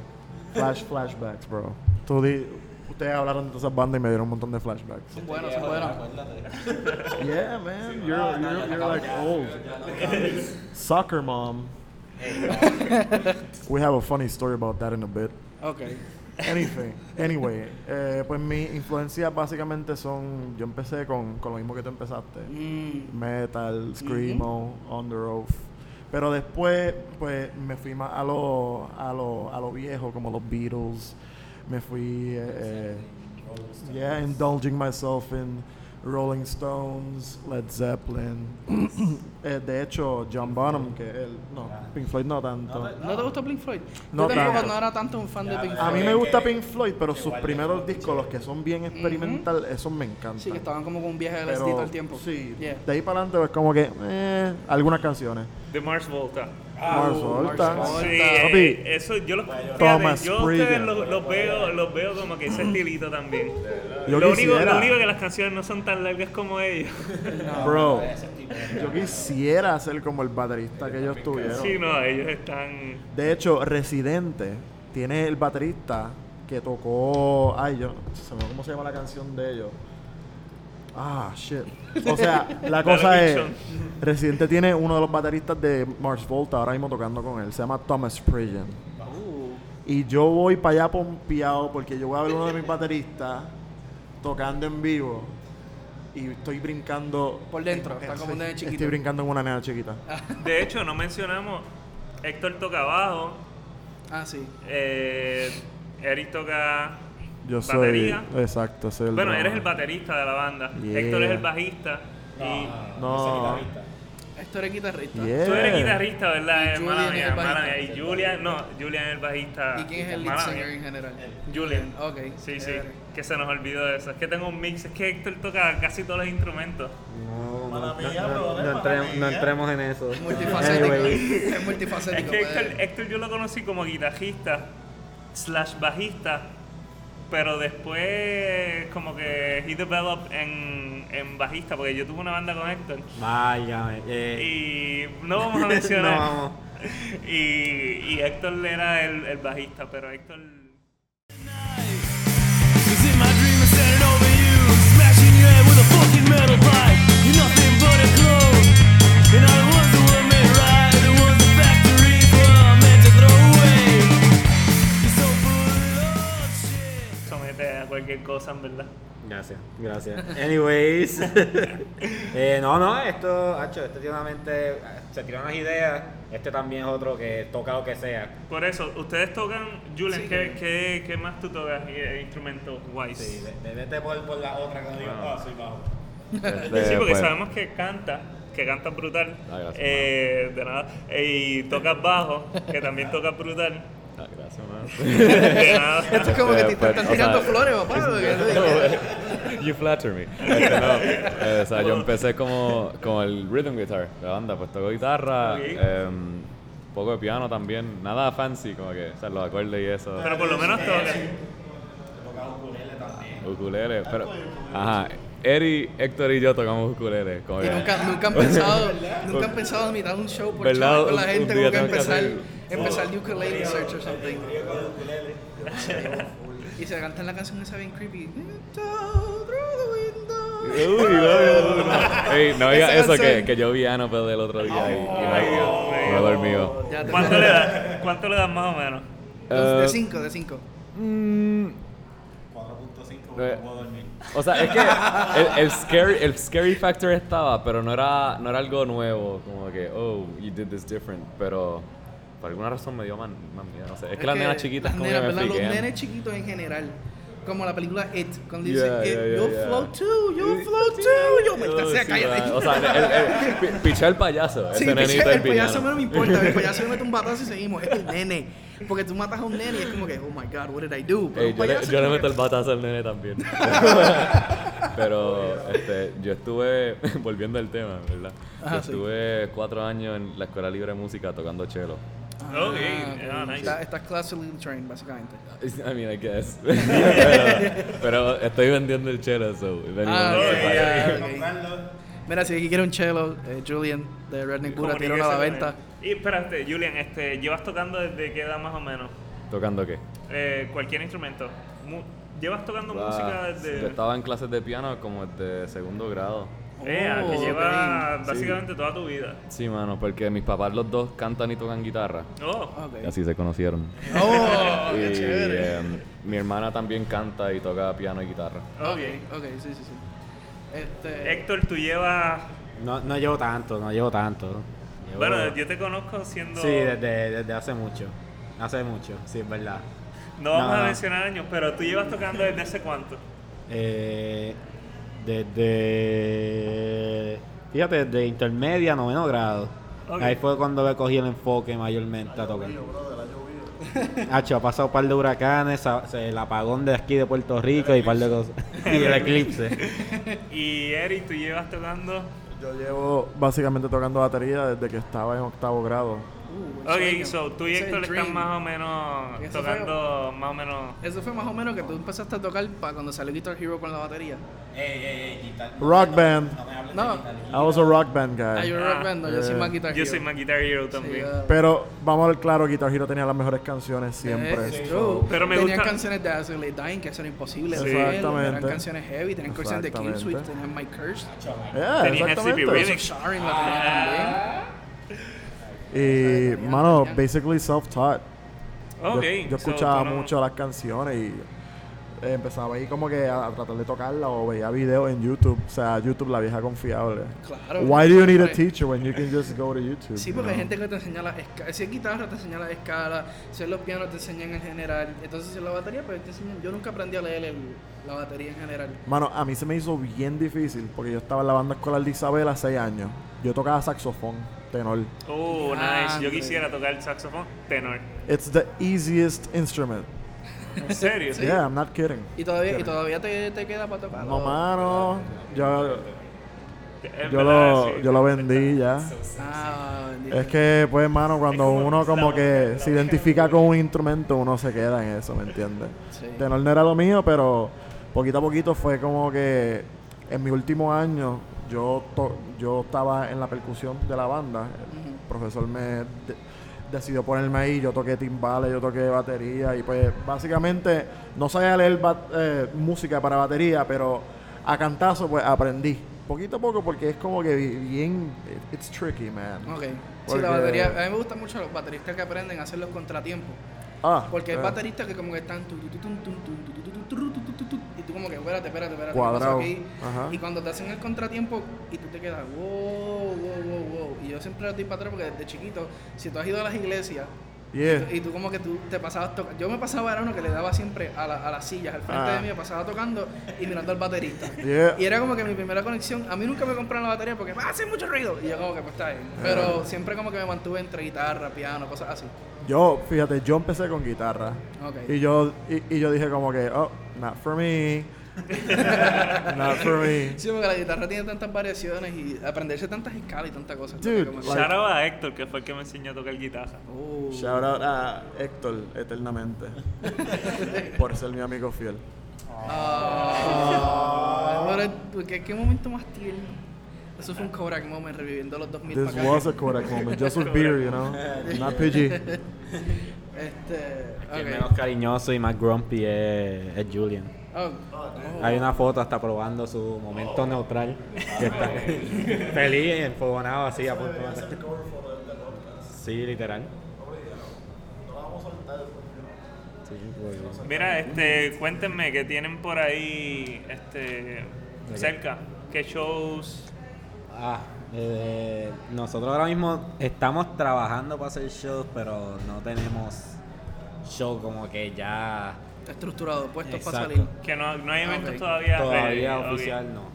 [SPEAKER 3] Flash, flashbacks, bro. Tú di- ustedes hablaron de esas bandas y me dieron un montón de flashbacks.
[SPEAKER 1] Son buenos, son buenos.
[SPEAKER 3] Yeah, man. You're, you're, you're like old. Soccer mom. We have a funny story about that in a bit.
[SPEAKER 1] Ok.
[SPEAKER 3] Anything. Anyway, eh, pues mis influencias básicamente son. Yo empecé con, con lo mismo que tú empezaste:
[SPEAKER 1] Mm,
[SPEAKER 3] metal, screamo, on the roof. Pero después, pues me fui más a lo, a lo, a lo viejo, como los Beatles. Me fui. eh, eh, yeah, indulging myself in Rolling Stones, Led Zeppelin. Eh, de hecho, John Bonham, que él. No, Pink Floyd no tanto.
[SPEAKER 1] ¿No te gusta Pink Floyd?
[SPEAKER 3] No
[SPEAKER 1] Yo tampoco
[SPEAKER 3] tanto.
[SPEAKER 1] no era tanto un fan de Pink
[SPEAKER 3] A
[SPEAKER 1] Floyd.
[SPEAKER 3] mí me
[SPEAKER 2] Que-
[SPEAKER 3] gusta Pink Floyd, pero
[SPEAKER 2] que
[SPEAKER 3] sus
[SPEAKER 2] guarde
[SPEAKER 3] primeros
[SPEAKER 2] todo,
[SPEAKER 3] discos, los que son bien experimental, esos me encantan.
[SPEAKER 1] Sí, que estaban como con un viaje de
[SPEAKER 3] Pero-
[SPEAKER 1] todo el tiempo.
[SPEAKER 3] Sí,
[SPEAKER 1] Yeah.
[SPEAKER 3] de ahí para adelante es como que eh, algunas canciones.
[SPEAKER 5] The Mars Volta. Ah,
[SPEAKER 3] Mars Volta.
[SPEAKER 1] Volta.
[SPEAKER 5] uh, Sí,
[SPEAKER 3] Papi.
[SPEAKER 5] eh, eso yo los fíjate,
[SPEAKER 3] Thomas
[SPEAKER 5] yo a ustedes
[SPEAKER 3] Spriggan.
[SPEAKER 5] los, los veo, los veo como que ese estilito también.
[SPEAKER 3] Yo
[SPEAKER 5] eh, Lo único,
[SPEAKER 3] quisiera.
[SPEAKER 5] lo único que las canciones no son tan largas como ellos.
[SPEAKER 3] Bro, yo quisiera ser como el baterista que ellos tuvieron.
[SPEAKER 5] Sí, no, ellos están.
[SPEAKER 3] De hecho, Residente tiene el baterista que tocó. Ay, yo se me- ¿Cómo se llama la canción de ellos? Ah, shit. O sea, la cosa es.
[SPEAKER 5] Addiction.
[SPEAKER 3] Residente tiene uno de los bateristas de Mars Volta ahora mismo tocando con él. Se llama Thomas Spriggan. Y yo voy para allá pompeado porque yo voy a ver uno de mis bateristas tocando en vivo. Y estoy brincando.
[SPEAKER 1] Por dentro, está como un nene
[SPEAKER 3] Estoy
[SPEAKER 1] chiquito.
[SPEAKER 3] brincando en una nena chiquita.
[SPEAKER 5] De hecho, no mencionamos. Héctor toca bajo,
[SPEAKER 1] Ah, sí.
[SPEAKER 5] eh, Eric toca
[SPEAKER 3] Yo soy.
[SPEAKER 5] batería.
[SPEAKER 3] Exacto, soy el.
[SPEAKER 5] bueno,
[SPEAKER 3] drama.
[SPEAKER 5] eres el baterista de la banda.
[SPEAKER 3] Yeah.
[SPEAKER 5] Héctor es el bajista. Y
[SPEAKER 3] No.
[SPEAKER 1] Héctor es guitarrista.
[SPEAKER 3] Yeah.
[SPEAKER 5] tú eres guitarrista, ¿verdad?
[SPEAKER 1] Y
[SPEAKER 5] Eh, mala
[SPEAKER 1] Julian es
[SPEAKER 5] mía,
[SPEAKER 1] el
[SPEAKER 5] mala
[SPEAKER 1] bajista.
[SPEAKER 5] mía. Y Julian, no, Julian es el bajista.
[SPEAKER 1] ¿Y quién es el lead
[SPEAKER 5] Mala Ah, mía.
[SPEAKER 1] singer en general?
[SPEAKER 5] Julian.
[SPEAKER 1] Ok. eh,
[SPEAKER 5] Sí, sí,
[SPEAKER 1] chévere.
[SPEAKER 5] que se nos olvidó de eso. Es que tengo un mix, es que Héctor toca casi todos los instrumentos.
[SPEAKER 2] No, no,
[SPEAKER 6] Para mí,
[SPEAKER 2] no,
[SPEAKER 6] ya,
[SPEAKER 2] no,
[SPEAKER 6] bro,
[SPEAKER 2] no
[SPEAKER 6] eh,
[SPEAKER 2] entremos-
[SPEAKER 6] para mí,
[SPEAKER 2] no
[SPEAKER 6] ya.
[SPEAKER 2] entremos en eso.
[SPEAKER 1] Multifacético.
[SPEAKER 2] Anyway.
[SPEAKER 1] Es
[SPEAKER 5] Es
[SPEAKER 1] multifacético.
[SPEAKER 5] que Héctor,
[SPEAKER 1] eh.
[SPEAKER 5] Héctor yo lo conocí como guitarrista, slash bajista, pero después como que he developed en, en bajista, porque yo tuve una banda con Héctor.
[SPEAKER 2] Vaya, eh,
[SPEAKER 5] Y no vamos a mencionar.
[SPEAKER 2] No vamos.
[SPEAKER 5] Y, y Héctor era el, el bajista, pero Héctor...
[SPEAKER 7] Cause in my dream I said it over you Smashing your head with a fucking metal pipe You're nothing but a clone And I was the one made right It was a factory for a man to throw away You're so full of shit
[SPEAKER 5] somete a cualquier cosa, en verdad.
[SPEAKER 2] Gracias, gracias. Anyways, eh, no, no, esto, hacho, este tiene una mente, eh, se tiran unas ideas, este también es otro que toca lo que sea.
[SPEAKER 5] Por eso, ustedes tocan, Julen,
[SPEAKER 1] Sí,
[SPEAKER 5] ¿qué,
[SPEAKER 1] claro.
[SPEAKER 5] qué, qué más tú tocas eh, instrumento wise?
[SPEAKER 2] Sí,
[SPEAKER 5] Sí,
[SPEAKER 2] de- de- vete por, por la otra que no digo,
[SPEAKER 4] Bueno.
[SPEAKER 2] ah, soy bajo.
[SPEAKER 4] Este,
[SPEAKER 5] porque
[SPEAKER 4] pues,
[SPEAKER 5] sabemos que canta, que canta brutal,
[SPEAKER 4] Ah, gracias,
[SPEAKER 5] eh, de nada, y tocas bajo, que también tocas brutal,
[SPEAKER 4] ah, gracias, man.
[SPEAKER 5] de nada.
[SPEAKER 1] Esto es como que te
[SPEAKER 4] Este, pues,
[SPEAKER 1] están
[SPEAKER 4] o sea,
[SPEAKER 1] tirando flores, papá. porque-
[SPEAKER 4] You flatter me. Este, no, eh, o sea, yo empecé como, como el rhythm guitar de la banda, pues toco guitarra,
[SPEAKER 5] Ok.
[SPEAKER 4] em, un poco de piano también, nada fancy, como que, o sea, los acordes y eso.
[SPEAKER 5] Pero por lo menos tocas.
[SPEAKER 4] Ukulele, pero. Ajá. Eri, Héctor y yo tocamos ukulele. Como
[SPEAKER 1] Y
[SPEAKER 4] que-
[SPEAKER 1] nunca, nunca han pensado, nunca han pensado en mitad de un show por
[SPEAKER 4] ¿Verdad?
[SPEAKER 1] chaval con la
[SPEAKER 4] Un-
[SPEAKER 1] gente,
[SPEAKER 4] un
[SPEAKER 1] como
[SPEAKER 4] día
[SPEAKER 1] que
[SPEAKER 4] tengo que
[SPEAKER 1] empezar,
[SPEAKER 4] hacer-
[SPEAKER 1] empezar el ukulele search or something. y se cantan la canción esa bien creepy.
[SPEAKER 4] Uh. Uy, no, no, no. Ey, no digas
[SPEAKER 1] Esa
[SPEAKER 4] eso que,
[SPEAKER 1] canción.
[SPEAKER 4] que yo vi a Annabelle el otro día y, y me, me dormí.
[SPEAKER 1] Ya te-
[SPEAKER 5] ¿Cuánto le das? ¿Cuánto le das más o menos?
[SPEAKER 1] Dos-
[SPEAKER 4] Eh,
[SPEAKER 1] De 5, de 5.
[SPEAKER 4] mm,
[SPEAKER 6] 4.5,
[SPEAKER 4] Eh.
[SPEAKER 6] no puedo dormir.
[SPEAKER 4] O sea, es que el, el scary, el scary factor estaba, pero no era, no era algo nuevo, como que, oh, you did this different, pero por alguna razón me dio más, más miedo, no sé. Es que las nenas chiquitas
[SPEAKER 1] las
[SPEAKER 4] como
[SPEAKER 1] nenas,
[SPEAKER 4] que me
[SPEAKER 1] ¿verdad? Los
[SPEAKER 4] friquean.
[SPEAKER 1] nenes chiquitos en general. Como la película It, cuando
[SPEAKER 4] Yeah,
[SPEAKER 1] dicen It,
[SPEAKER 4] yeah, yeah,
[SPEAKER 1] you'll
[SPEAKER 4] yeah.
[SPEAKER 1] float too, you'll float too. Yo, maldita
[SPEAKER 4] Oh,
[SPEAKER 1] sea,
[SPEAKER 4] sí,
[SPEAKER 1] cállate.
[SPEAKER 4] va. O sea, el, el, el, pichó el payaso,
[SPEAKER 1] Sí,
[SPEAKER 4] ese
[SPEAKER 1] piche,
[SPEAKER 4] nenito del
[SPEAKER 1] el payaso
[SPEAKER 4] villano.
[SPEAKER 1] no me importa, el payaso me mete un batazo y seguimos, es el nene. Porque tú matas a un nene y es como que, oh my god, what did I do? Pero
[SPEAKER 4] Ey,
[SPEAKER 1] un
[SPEAKER 4] yo, le,
[SPEAKER 1] payaso
[SPEAKER 4] yo le
[SPEAKER 1] como
[SPEAKER 4] meto
[SPEAKER 1] que-
[SPEAKER 4] el batazo al nene también. Pero este, yo estuve, volviendo al tema, ¿verdad?
[SPEAKER 1] Ajá,
[SPEAKER 4] yo
[SPEAKER 1] sí.
[SPEAKER 4] estuve cuatro años en la Escuela Libre de Música tocando cello.
[SPEAKER 5] Ok, ah, nice.
[SPEAKER 1] Está- Estás classically trained, básicamente.
[SPEAKER 4] I mean, I guess. pero, pero estoy vendiendo el cello, so if anyone
[SPEAKER 1] Ah,
[SPEAKER 4] wants to
[SPEAKER 1] ok,
[SPEAKER 4] buy it.
[SPEAKER 1] ah, ok. Mira, si aquí quiere un cello, eh, Julian de Redneck Buddha tiró a la
[SPEAKER 5] Comuníquese con
[SPEAKER 1] venta.
[SPEAKER 5] él. Y espérate, Julian, este, llevas tocando desde qué edad más o menos?
[SPEAKER 4] ¿Tocando qué?
[SPEAKER 5] Eh, cualquier instrumento. Mu- llevas tocando música
[SPEAKER 4] Ah,
[SPEAKER 5] desde.
[SPEAKER 4] Yo estaba en clases de piano como de segundo grado.
[SPEAKER 5] Eh, ah, que
[SPEAKER 1] Oh,
[SPEAKER 5] lleva
[SPEAKER 4] ok.
[SPEAKER 5] básicamente toda tu vida.
[SPEAKER 4] Sí, mano, porque mis papás los dos cantan y tocan guitarra.
[SPEAKER 5] Oh,
[SPEAKER 1] Ok.
[SPEAKER 4] Y así se conocieron.
[SPEAKER 1] Oh,
[SPEAKER 4] y
[SPEAKER 1] qué chévere.
[SPEAKER 4] em, mi hermana también canta y toca piano y guitarra.
[SPEAKER 5] ok.
[SPEAKER 1] Ah,
[SPEAKER 5] Eh,
[SPEAKER 1] Ok, ok, sí, sí, sí. Este,
[SPEAKER 5] Héctor, tú llevas.
[SPEAKER 2] No, no llevo tanto, no llevo tanto. Llevo-
[SPEAKER 5] Bueno, yo te conozco siendo.
[SPEAKER 2] Sí, desde, desde hace mucho. Hace mucho, sí, es verdad.
[SPEAKER 5] no vamos
[SPEAKER 2] no,
[SPEAKER 5] a
[SPEAKER 2] no.
[SPEAKER 5] mencionar años, pero tú llevas tocando desde hace cuánto.
[SPEAKER 2] Eh, desde. Fíjate, desde intermedia, noveno grado.
[SPEAKER 5] Ok.
[SPEAKER 2] Ahí fue cuando le cogí el enfoque mayormente a tocar. Hacho, ha pasado un par de huracanes, a- se- el apagón de aquí de Puerto Rico y un par de cosas. y el eclipse.
[SPEAKER 5] Y Eric, tú llevas tocando.
[SPEAKER 3] Yo llevo básicamente tocando batería desde que estaba en octavo grado.
[SPEAKER 1] uh, el
[SPEAKER 5] Ok,
[SPEAKER 1] sueño.
[SPEAKER 5] so tú y
[SPEAKER 1] Ese es el
[SPEAKER 5] Héctor están
[SPEAKER 1] dream.
[SPEAKER 5] más o menos
[SPEAKER 1] Eso fue-
[SPEAKER 5] tocando, más o menos.
[SPEAKER 1] Eso fue más o menos que tú empezaste a tocar para cuando salió Guitar Hero con la batería.
[SPEAKER 6] Ey, ey, ey, guitar.
[SPEAKER 3] Rock band.
[SPEAKER 1] No,
[SPEAKER 3] I was a rock band guy.
[SPEAKER 1] ah, you're
[SPEAKER 5] Ah,
[SPEAKER 1] rock band, no, yo
[SPEAKER 3] eh,
[SPEAKER 1] soy más Guitar
[SPEAKER 5] Yo
[SPEAKER 1] Hero.
[SPEAKER 5] soy más Guitar Hero
[SPEAKER 1] Sí,
[SPEAKER 5] también.
[SPEAKER 1] ah.
[SPEAKER 3] Pero vamos a ver claro, Guitar Hero tenía las mejores canciones siempre.
[SPEAKER 1] Eh,
[SPEAKER 3] so-
[SPEAKER 1] true.
[SPEAKER 5] Pero me
[SPEAKER 1] tenían
[SPEAKER 5] gusta-
[SPEAKER 1] canciones de Ashley Dying que eso era imposible.
[SPEAKER 3] Sí.
[SPEAKER 1] hacer, Eran
[SPEAKER 3] Exactamente.
[SPEAKER 1] canciones heavy, tenían canciones de Kill
[SPEAKER 3] Exactamente.
[SPEAKER 1] Switch, tenían My Curse.
[SPEAKER 3] Yeah,
[SPEAKER 5] Tenías SCP
[SPEAKER 3] exactamente.
[SPEAKER 5] Remix.
[SPEAKER 1] Sharing
[SPEAKER 5] Ah.
[SPEAKER 1] la tenía
[SPEAKER 3] Y, mano, basically self-taught. Yo-
[SPEAKER 5] Ok.
[SPEAKER 3] yo,
[SPEAKER 5] so
[SPEAKER 3] escuchaba
[SPEAKER 5] tú no-
[SPEAKER 3] mucho las canciones y eh, empezaba ahí como que a, a tratar de tocarla o veía videos en YouTube. O sea, YouTube, la vieja confiable.
[SPEAKER 1] también. Claro.
[SPEAKER 3] Why do you need a
[SPEAKER 1] siempre.
[SPEAKER 3] teacher when you can just go to YouTube?
[SPEAKER 1] Sí,
[SPEAKER 3] you
[SPEAKER 1] porque hay
[SPEAKER 3] know?
[SPEAKER 1] gente que te enseña la escala. Si es guitarra, te enseña la escala. Si es los pianos, te enseñan en general. Entonces, si es la batería, pues te enseñan. Yo nunca aprendí a leer el- la batería en general.
[SPEAKER 3] Mano, a mí se me hizo bien difícil porque yo estaba en la banda escolar de Isabel a 6 años. Yo tocaba saxofón, tenor.
[SPEAKER 5] Oh, nice. Yo
[SPEAKER 1] Diantre.
[SPEAKER 5] quisiera tocar el saxofón tenor.
[SPEAKER 3] It's the easiest instrument.
[SPEAKER 5] ¿En serio?
[SPEAKER 3] Yeah, I'm not kidding.
[SPEAKER 1] Y todavía, y todavía te, te queda para tocar.
[SPEAKER 3] No, mano. Yo,
[SPEAKER 5] En
[SPEAKER 3] yo,
[SPEAKER 5] verdad,
[SPEAKER 3] lo,
[SPEAKER 5] sí.
[SPEAKER 3] yo lo vendí ya.
[SPEAKER 1] Ah, bendito.
[SPEAKER 3] Es que, pues, hermano, cuando
[SPEAKER 5] como
[SPEAKER 3] uno como
[SPEAKER 5] la-
[SPEAKER 3] que
[SPEAKER 5] la
[SPEAKER 3] se
[SPEAKER 5] oveja
[SPEAKER 3] identifica con un instrumento, uno se queda en eso, ¿me entiendes?
[SPEAKER 1] Sí.
[SPEAKER 3] Tenor no era lo mío, pero poquito a poquito fue como que en mi último año yo, to- yo estaba en la percusión de la banda. El profesor me de- decidió ponerme ahí, yo toqué timbales, yo toqué batería y pues básicamente no sabía leer ba- eh, música para batería, pero a cantazo pues aprendí. Poquito a poco porque es como que bi- bien... it- It's tricky, man.
[SPEAKER 1] Ok. Sí,
[SPEAKER 3] Porque-
[SPEAKER 1] la batería. A mí me gustan mucho los bateristas que aprenden a hacer los contratiempos.
[SPEAKER 3] Ah,
[SPEAKER 1] Porque hay
[SPEAKER 3] eh.
[SPEAKER 1] bateristas que como que están tu, tu, tu, tun, tun, tun, tu, tu, tu, tu, tru, tu, tu, tu, tu, y tú como que, espérate, espérate, espérate, ¿qué
[SPEAKER 3] Cuadrado.
[SPEAKER 1] pasó aquí?
[SPEAKER 3] Ajá.
[SPEAKER 1] Y cuando te hacen el contratiempo y tú te quedas, wow, wow, wow, wow. Y yo siempre estoy para atrás porque desde chiquito, si tú has ido a las iglesias,
[SPEAKER 3] Yeah.
[SPEAKER 1] y tú como que tú te pasabas to- Yo me pasaba verano que le daba siempre a, la- a las sillas al frente
[SPEAKER 3] Ah.
[SPEAKER 1] de mí, me pasaba tocando y mirando al baterista.
[SPEAKER 3] Yeah.
[SPEAKER 1] Y era como que mi primera conexión. A mí nunca me compraron la batería porque "Ah, hace mucho ruido. Y yo como que pues está bien. Pero siempre como que me mantuve entre guitarra, piano, cosas así.
[SPEAKER 3] Yo, fíjate, yo empecé con guitarra.
[SPEAKER 1] Ok.
[SPEAKER 3] Y yo, y, y yo dije como que, oh, not for me. not for me.
[SPEAKER 1] Sí, porque la guitarra tiene tantas variaciones y aprenderse tantas escalas y tantas cosas.
[SPEAKER 3] Dude,
[SPEAKER 1] Como que-
[SPEAKER 3] like-
[SPEAKER 5] Shout out a Héctor, que fue el que me enseñó a tocar guitarra.
[SPEAKER 1] Oh.
[SPEAKER 3] Shout out a Héctor eternamente por ser mi amigo fiel.
[SPEAKER 1] Ah. Ahora, porque qué momento más tierno. Eso fue un Kodak moment reviviendo los 2000
[SPEAKER 3] This
[SPEAKER 1] para acá.
[SPEAKER 3] was a Kodak moment, just with beer, you know, not PG.
[SPEAKER 1] Este,
[SPEAKER 2] El
[SPEAKER 1] ok.
[SPEAKER 2] menos cariñoso y más grumpy es, es Julian.
[SPEAKER 1] Oh.
[SPEAKER 2] Hay una foto hasta probando su
[SPEAKER 5] Oh.
[SPEAKER 2] momento neutral. Que está feliz, enfogonado así a punto de matar. Sí, literal. Sí, pues,
[SPEAKER 5] Mira, este, cuéntenme qué tienen por ahí este, cerca. ¿Qué shows?
[SPEAKER 2] ah, eh, nosotros ahora mismo estamos trabajando para hacer shows, pero no tenemos show como que ya
[SPEAKER 1] estructurado, puestos para
[SPEAKER 2] Exacto.
[SPEAKER 1] salir.
[SPEAKER 5] Que no, no hay eventos
[SPEAKER 1] Ok.
[SPEAKER 5] todavía.
[SPEAKER 2] todavía
[SPEAKER 5] eh, ok.
[SPEAKER 2] oficial no.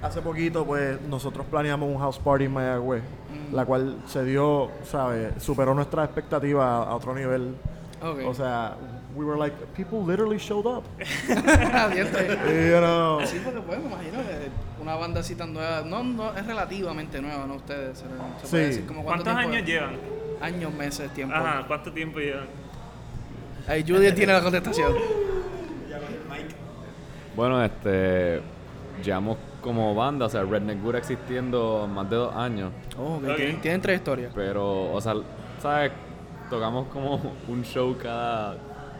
[SPEAKER 3] Hace poquito, pues, nosotros planeamos un house party en Mayagüez,
[SPEAKER 1] Mm.
[SPEAKER 3] la cual se dio, ¿sabes? Superó nuestra expectativa a otro nivel.
[SPEAKER 1] Ok.
[SPEAKER 3] O sea, we were like, people literally showed up.
[SPEAKER 1] Bien, está bien.
[SPEAKER 3] You know.
[SPEAKER 1] Sí, porque pues me imagino que una banda así tan nueva, no, no es relativamente nueva, ¿no? Ustedes, se, se puede
[SPEAKER 3] Sí.
[SPEAKER 1] decir como cuánto
[SPEAKER 5] ¿Cuántos
[SPEAKER 1] tiempo
[SPEAKER 5] años
[SPEAKER 1] es?
[SPEAKER 5] llevan?
[SPEAKER 1] Años, meses, tiempo.
[SPEAKER 5] Ajá, ¿cuánto tiempo llevan?
[SPEAKER 1] Ahí Judy tiene la contestación.
[SPEAKER 4] Bueno, este. Llevamos como banda, o sea, Redneck Good existiendo más de dos años.
[SPEAKER 1] Oh, ok,
[SPEAKER 5] Ok.
[SPEAKER 1] Tienen, tienen tres historias.
[SPEAKER 4] Pero, o sea, ¿sabes? Tocamos como un show cada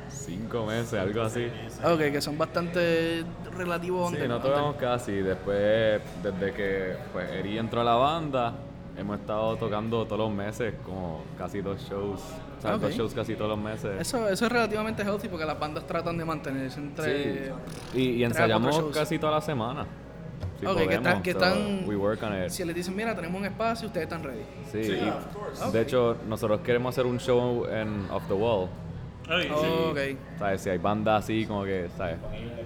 [SPEAKER 4] cinco meses, algo así.
[SPEAKER 1] Ok, que son bastante relativos.
[SPEAKER 4] Sí,
[SPEAKER 1] under-
[SPEAKER 4] no tocamos casi. Después, desde que pues, Eri entró a la banda, hemos estado tocando todos los meses, como casi dos shows. O sea,
[SPEAKER 1] Ok.
[SPEAKER 4] dos shows casi todos los meses.
[SPEAKER 1] under. Eso, eso es relativamente healthy porque las bandas tratan de mantenerse entre... tres
[SPEAKER 4] Sí. Y, y
[SPEAKER 1] a cuatro
[SPEAKER 4] ensayamos
[SPEAKER 1] shows.
[SPEAKER 4] casi toda la semana. Si
[SPEAKER 1] Ok, que están-
[SPEAKER 4] podemos,
[SPEAKER 1] que
[SPEAKER 4] so,
[SPEAKER 1] están-
[SPEAKER 4] we work on it.
[SPEAKER 1] Si les dicen, mira, tenemos un espacio, ustedes están ready.
[SPEAKER 4] Sí, y- de hecho, nosotros queremos hacer un show en Off the Wall.
[SPEAKER 5] Ay,
[SPEAKER 1] Ok.
[SPEAKER 4] ¿Sabes? Si hay bandas así como que, ¿sabes?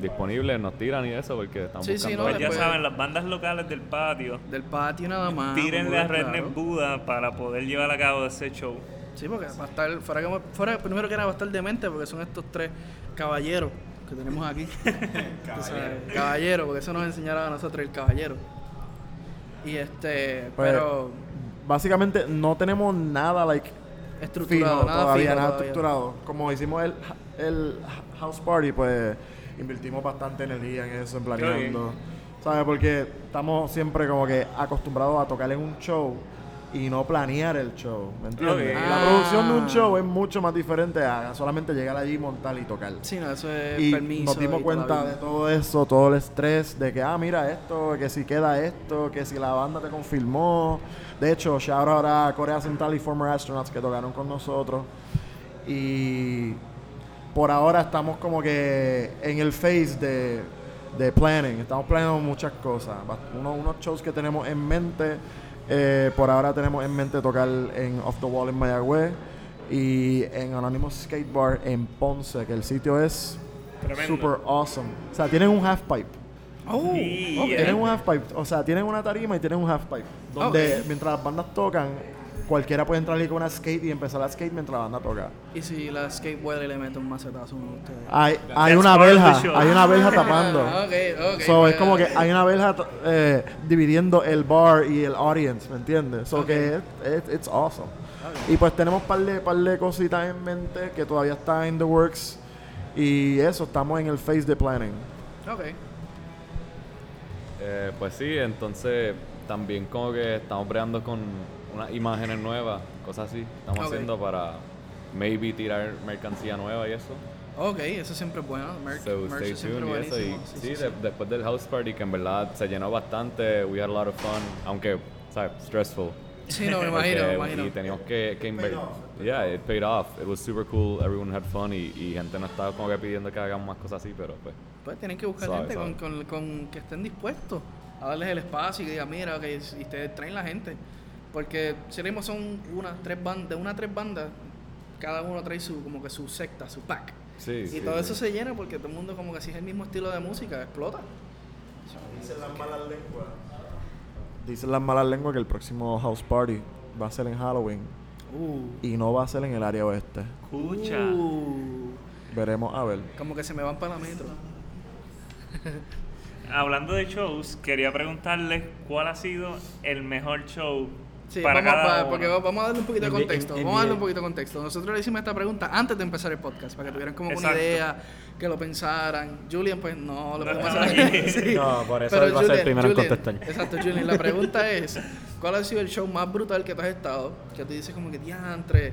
[SPEAKER 4] Disponibles, nos tiran y eso porque estamos
[SPEAKER 1] Sí, sí,
[SPEAKER 4] buscando...
[SPEAKER 1] no,
[SPEAKER 5] Pues ya
[SPEAKER 1] después-
[SPEAKER 5] saben, las bandas locales del patio,
[SPEAKER 1] Del patio nada más.
[SPEAKER 5] tírenle
[SPEAKER 1] como
[SPEAKER 5] a
[SPEAKER 1] ves,
[SPEAKER 5] Redneck
[SPEAKER 1] Ah, pues, claro.
[SPEAKER 5] Buda para poder llevar a cabo ese show.
[SPEAKER 1] Sí, porque va a estar, fuera, que- fuera- primero que nada va a estar demente porque son estos tres caballeros que tenemos aquí. Tú sabes, caballero, porque eso nos enseñaron a nosotros el caballero. Y este,
[SPEAKER 3] Pues,
[SPEAKER 1] pero
[SPEAKER 3] Básicamente, no tenemos nada, like,
[SPEAKER 1] estructurado,
[SPEAKER 3] fijo
[SPEAKER 1] nada
[SPEAKER 3] todavía,
[SPEAKER 1] fijo
[SPEAKER 3] nada
[SPEAKER 1] todavía.
[SPEAKER 3] estructurado. Como hicimos el, el house party, pues invertimos bastante energía en eso, en planeando. ¿Sabes? Porque estamos siempre como que acostumbrados a tocar en un show y no planear el show, ¿me entiendes?
[SPEAKER 1] Ok.
[SPEAKER 3] La
[SPEAKER 1] Ah.
[SPEAKER 3] producción de un show es mucho más diferente a solamente llegar allí, montar y tocar.
[SPEAKER 1] Sí, no, eso es
[SPEAKER 3] Y
[SPEAKER 1] eh, permiso. y
[SPEAKER 3] nos
[SPEAKER 1] toda
[SPEAKER 3] dimos
[SPEAKER 1] la
[SPEAKER 3] cuenta
[SPEAKER 1] vida.
[SPEAKER 3] de todo eso, todo el estrés, de que, ah, mira esto, que si queda esto, que si la banda te confirmó. De hecho, shout out a Corea Central y Former Astronauts que tocaron con nosotros. Y por ahora estamos como que en el phase de, de planning. Estamos planeando muchas cosas. Va- Uno, unos shows que tenemos en mente. eh, por ahora tenemos en mente tocar en Off the Wall en Mayagüez y en Anonymous Skate Bar en Ponce, que el sitio es
[SPEAKER 5] Tremendo.
[SPEAKER 3] super awesome. O sea, tienen un half pipe.
[SPEAKER 1] Oh,
[SPEAKER 5] Y-
[SPEAKER 4] eh.
[SPEAKER 1] ok.
[SPEAKER 3] Tienen un half pipe. O sea, tienen una tarima y tienen un half pipe. Donde mientras las bandas tocan, cualquiera puede entrar ahí con una skate y empezar a skate mientras la banda toca.
[SPEAKER 1] Y si la skateboarder le mete un macetazo a uno de ustedes.
[SPEAKER 3] Hay, hay
[SPEAKER 5] That's
[SPEAKER 3] una
[SPEAKER 5] part of the
[SPEAKER 3] verja,
[SPEAKER 5] show.
[SPEAKER 3] hay una verja tapando.
[SPEAKER 1] Ah, ok, ok.
[SPEAKER 3] So,
[SPEAKER 1] pues,
[SPEAKER 3] es como que hay una verja t- eh, dividiendo el bar y el audience, ¿me entiendes? So que it- it- it's awesome. Y pues tenemos par de, par de cositas en mente que todavía está en the works. Y eso, estamos en el phase de planning.
[SPEAKER 1] Ok.
[SPEAKER 4] Eh, pues sí, entonces también como que estamos creando con unas imágenes nuevas, cosas así. Estamos
[SPEAKER 1] Ok.
[SPEAKER 4] haciendo para maybe tirar mercancía nueva y eso.
[SPEAKER 1] Ok, eso siempre es bueno. Merch,
[SPEAKER 4] So
[SPEAKER 1] merch
[SPEAKER 4] stay
[SPEAKER 1] es siempre
[SPEAKER 4] tuned y eso. Y
[SPEAKER 1] buenísimo.
[SPEAKER 4] sí, de- después del house party que en verdad se llenó bastante, we had a lot of fun, aunque, ¿sabes? Stressful.
[SPEAKER 1] Sí, no, me imagino, me
[SPEAKER 4] Porque- Y
[SPEAKER 1] imagino.
[SPEAKER 4] teníamos que, que inver- Yeah, it paid off. It was super cool. Everyone had fun. Y, y gente no estaba como que pidiendo que hagamos más cosas así, pero pues.
[SPEAKER 1] Pues tienen que buscar
[SPEAKER 4] Sabe,
[SPEAKER 1] gente Con,
[SPEAKER 4] sabe.
[SPEAKER 1] con- con que estén dispuestos a darles el espacio y que digan, mira, ok, y ustedes traen la gente. Porque si ahora mismo son una, tres bandas, de una a tres bandas, cada uno trae su, como que su secta, su pack.
[SPEAKER 4] Sí,
[SPEAKER 1] y
[SPEAKER 4] sí,
[SPEAKER 1] todo
[SPEAKER 4] sí.
[SPEAKER 1] eso se llena porque todo el mundo como que si es el mismo estilo de música, explota.
[SPEAKER 6] Dicen las malas lenguas.
[SPEAKER 3] Dicen las malas lenguas que el próximo house party va a ser en Halloween
[SPEAKER 1] Uh.
[SPEAKER 3] y no va a ser en el área oeste.
[SPEAKER 5] Escucha.
[SPEAKER 1] Uh.
[SPEAKER 3] Veremos a ver.
[SPEAKER 1] Como que se me van para la metro.
[SPEAKER 5] Hablando de shows, quería preguntarles cuál ha sido el mejor show
[SPEAKER 1] Sí,
[SPEAKER 5] para
[SPEAKER 1] vamos,
[SPEAKER 5] cada
[SPEAKER 1] va-
[SPEAKER 5] uno.
[SPEAKER 1] porque va- vamos a darle un poquito de
[SPEAKER 2] NBA,
[SPEAKER 1] contexto.
[SPEAKER 2] NBA.
[SPEAKER 1] Vamos a darle un poquito de contexto. Nosotros le hicimos esta pregunta antes de empezar el podcast, para que tuvieran como que una
[SPEAKER 5] Exacto.
[SPEAKER 1] idea, que lo pensaran. Julian, pues no, lo
[SPEAKER 5] No
[SPEAKER 1] podemos
[SPEAKER 5] estaba
[SPEAKER 1] hacer.
[SPEAKER 5] aquí.
[SPEAKER 1] Sí.
[SPEAKER 2] No, por eso él va a ser el primero en contestar.
[SPEAKER 1] Exacto, Julian. La pregunta es: ¿cuál ha sido el show más brutal que tú has estado? Que tú dices como que diantre,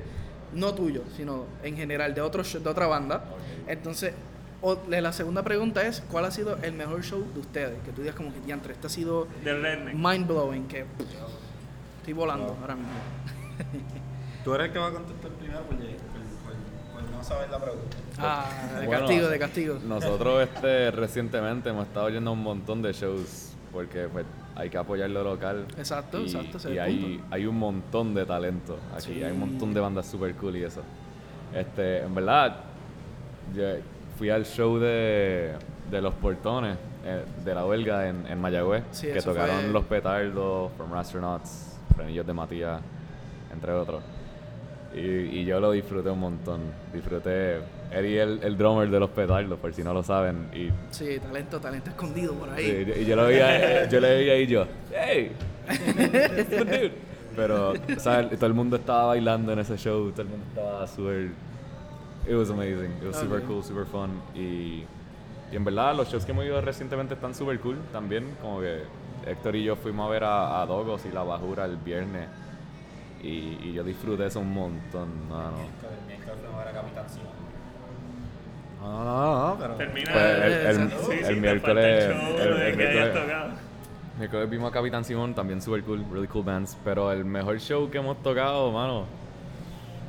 [SPEAKER 1] no tuyo, sino en general de, otro show- de otra banda. Entonces. o- la segunda pregunta es, ¿cuál ha sido el mejor show de ustedes? Que tú digas como que, diantre, este ha sido
[SPEAKER 5] Del Redneck.
[SPEAKER 1] mind blowing que pff, estoy volando ahora mismo.
[SPEAKER 2] Tú eres el que va a
[SPEAKER 6] Contestar primero porque pues no sabes la pregunta.
[SPEAKER 1] Ah, de
[SPEAKER 4] Bueno,
[SPEAKER 1] castigo, de castigo.
[SPEAKER 4] Nosotros este, recientemente hemos estado yendo a un montón de shows porque pues, hay que apoyar lo local.
[SPEAKER 1] Exacto,
[SPEAKER 4] y,
[SPEAKER 1] exacto, ese es
[SPEAKER 4] Y
[SPEAKER 1] el
[SPEAKER 4] hay,
[SPEAKER 1] punto.
[SPEAKER 4] hay un montón de talento aquí,
[SPEAKER 1] Sí.
[SPEAKER 4] hay un montón de bandas super cool y eso. Este, en verdad, yo fui al show de, de Los Portones, eh, de la huelga en, en Mayagüez,
[SPEAKER 1] Sí,
[SPEAKER 4] que
[SPEAKER 1] eso
[SPEAKER 4] tocaron
[SPEAKER 1] fue-
[SPEAKER 4] Los Petardos, From Astronauts, Frenillos de Matías, entre otros. Y, y yo lo disfruté un montón. Disfruté. Eddie el, el drummer de los petardos, por si no lo saben. Y,
[SPEAKER 1] Sí, talento, talento escondido por
[SPEAKER 4] sí,
[SPEAKER 1] ahí.
[SPEAKER 4] yo, y yo lo veía, yo le veía ahí y yo, ¡Hey! it's the dude". Pero, ¿sabes? Todo el mundo estaba bailando en ese show, todo el mundo estaba súper. It was amazing, it was super
[SPEAKER 1] Ok.
[SPEAKER 4] cool, super fun. Y, y en verdad, los shows que hemos ido recientemente están súper cool también. Como que Héctor y yo fuimos a ver a, a Dogos y La Bajura el viernes. Y, y yo disfruté eso un montón, mano.
[SPEAKER 6] El miércoles fuimos a ver a Capitán Simón.
[SPEAKER 5] Ah,
[SPEAKER 2] No, no, no, pero.
[SPEAKER 5] Termina
[SPEAKER 4] Pues el-
[SPEAKER 1] el-
[SPEAKER 5] Sí, sí,
[SPEAKER 4] el
[SPEAKER 5] te falta
[SPEAKER 4] miércoles-
[SPEAKER 5] el show
[SPEAKER 4] el- el
[SPEAKER 5] de que hayas
[SPEAKER 4] miércoles-
[SPEAKER 5] tocado.
[SPEAKER 4] Recuerdo que vimos a Capitán Simón, también super cool, really cool bands. Pero el mejor show que hemos tocado, mano.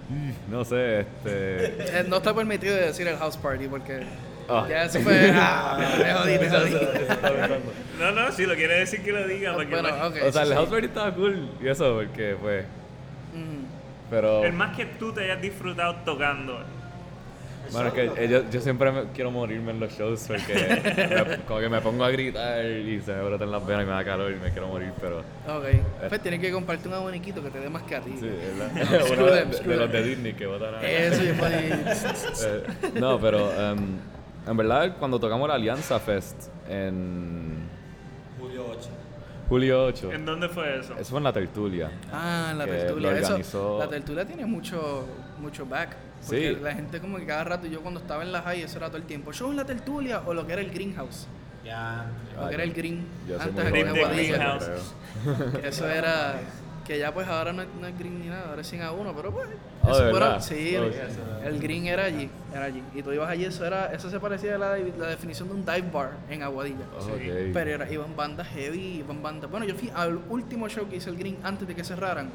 [SPEAKER 4] mm, No sé, este.
[SPEAKER 1] Eh, no está permitido decir el house party porque
[SPEAKER 4] Ah.
[SPEAKER 1] ya eso fue. Ah, me jodí, me jodí.
[SPEAKER 5] No, no, si lo quiere decir que lo diga. porque
[SPEAKER 1] Bueno, ok.
[SPEAKER 4] o sea,
[SPEAKER 1] sí,
[SPEAKER 4] el
[SPEAKER 1] sí.
[SPEAKER 4] house party estaba cool y eso, porque fue.
[SPEAKER 1] Mm,
[SPEAKER 4] Pero.
[SPEAKER 5] El más que tú te hayas disfrutado tocando.
[SPEAKER 4] Bueno, es que eh, yo, yo siempre me- quiero morirme en los shows porque me- como que me pongo a gritar y se me brotan las venas y me da calor y me quiero morir, pero.
[SPEAKER 1] Ok. Pues tienes que comprarte un aboniquito que te dé más que a ti.
[SPEAKER 4] Sí, es la-
[SPEAKER 1] No, screw
[SPEAKER 4] uno de,
[SPEAKER 1] them,
[SPEAKER 4] de
[SPEAKER 1] screw
[SPEAKER 4] los de
[SPEAKER 1] them.
[SPEAKER 4] Disney que botan a.
[SPEAKER 1] Eso yo fue.
[SPEAKER 4] Eh, no, pero em, en verdad cuando tocamos la Alianza Fest en julio 8.
[SPEAKER 5] ¿En
[SPEAKER 4] Julio 8.
[SPEAKER 5] dónde fue eso?
[SPEAKER 4] Eso fue en la tertulia.
[SPEAKER 1] Ah, la
[SPEAKER 4] que
[SPEAKER 1] tertulia.
[SPEAKER 4] lo
[SPEAKER 1] Eso,
[SPEAKER 4] organizó-
[SPEAKER 1] la tertulia tiene mucho, mucho back. Porque
[SPEAKER 4] Sí.
[SPEAKER 1] la gente como que cada rato, yo cuando estaba en la high, eso era todo el tiempo. Yo en la tertulia o lo que era el greenhouse.
[SPEAKER 6] Ya.
[SPEAKER 1] Lo que era el green.
[SPEAKER 4] Yo soy
[SPEAKER 1] antes
[SPEAKER 4] muy
[SPEAKER 1] era
[SPEAKER 4] joven
[SPEAKER 1] green
[SPEAKER 5] Green
[SPEAKER 4] para
[SPEAKER 5] Green
[SPEAKER 4] eso,
[SPEAKER 1] aguadilla.
[SPEAKER 5] House.
[SPEAKER 4] creo.
[SPEAKER 1] Que eso era. Que ya pues ahora no es, no es green ni nada, ahora es 100 a 1, pero pues.
[SPEAKER 4] Ah,
[SPEAKER 1] eso
[SPEAKER 4] ¿de
[SPEAKER 1] fueron-
[SPEAKER 4] verdad?
[SPEAKER 1] sí,
[SPEAKER 4] Oh,
[SPEAKER 1] el green era allí, era allí. Y tú ibas allí, eso era, eso se parecía a la, la definición de un dive bar en Aguadilla.
[SPEAKER 4] Ok.
[SPEAKER 1] Pero era- iban bandas heavy, iban bandas. Bueno, yo fui al último show que hizo el Green antes de que cerraran.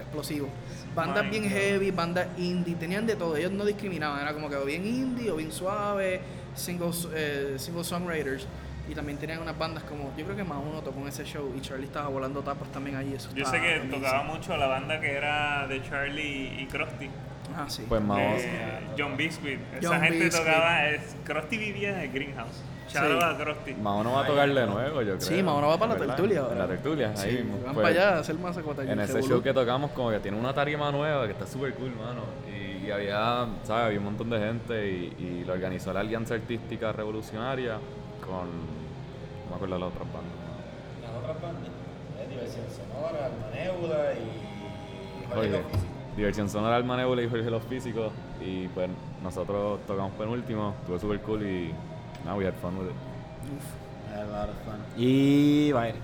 [SPEAKER 1] Explosivo. Bandas
[SPEAKER 5] My
[SPEAKER 1] bien
[SPEAKER 5] God.
[SPEAKER 1] heavy, bandas indie, tenían de todo. Ellos no discriminaban, era como que o bien indie o bien suave, single, eh, single songwriters. Y también tenían unas bandas como, yo creo que más uno tocó en ese show y Charlie estaba volando tapas también allí. Eso
[SPEAKER 5] Yo sé
[SPEAKER 1] estaba
[SPEAKER 5] que
[SPEAKER 1] Ah, buenísimo.
[SPEAKER 5] tocaba mucho la banda que era de Charlie y Krusty.
[SPEAKER 1] Ah, sí.
[SPEAKER 4] Pues Mahón.
[SPEAKER 5] Eh, John Biscuit. Esa
[SPEAKER 1] John
[SPEAKER 5] gente
[SPEAKER 1] Biscuit.
[SPEAKER 5] tocaba. es- Krusty vivía en el Greenhouse. Charo
[SPEAKER 1] Sí.
[SPEAKER 5] a Krusty.
[SPEAKER 4] Mahón no va a tocar de nuevo, yo creo.
[SPEAKER 1] Sí, Mahón va para la
[SPEAKER 4] ¿Verdad?
[SPEAKER 1] tertulia ahora.
[SPEAKER 4] En la tertulia,
[SPEAKER 1] Sí,
[SPEAKER 4] ahí mismo.
[SPEAKER 1] van
[SPEAKER 4] Pues,
[SPEAKER 1] para allá a hacer más
[SPEAKER 4] En ese show que tocamos, como que tiene una tarima nueva que está súper cool, mano. Y, y había, ¿sabes? Había un montón de gente y, y lo organizó la Alianza Artística Revolucionaria con. No me acuerdo de las otras bandas.
[SPEAKER 6] Las otras bandas. eh, Diversión Sonora, Maneuda y. Jorge
[SPEAKER 4] Oye,
[SPEAKER 6] López.
[SPEAKER 4] Diversión Sonora, Alma Nebula y Jorge Los Físicos. Y pues nosotros tocamos penúltimo, estuvo súper cool y. Now we had fun with it.
[SPEAKER 6] I had a lot of fun.
[SPEAKER 2] Y va a ir.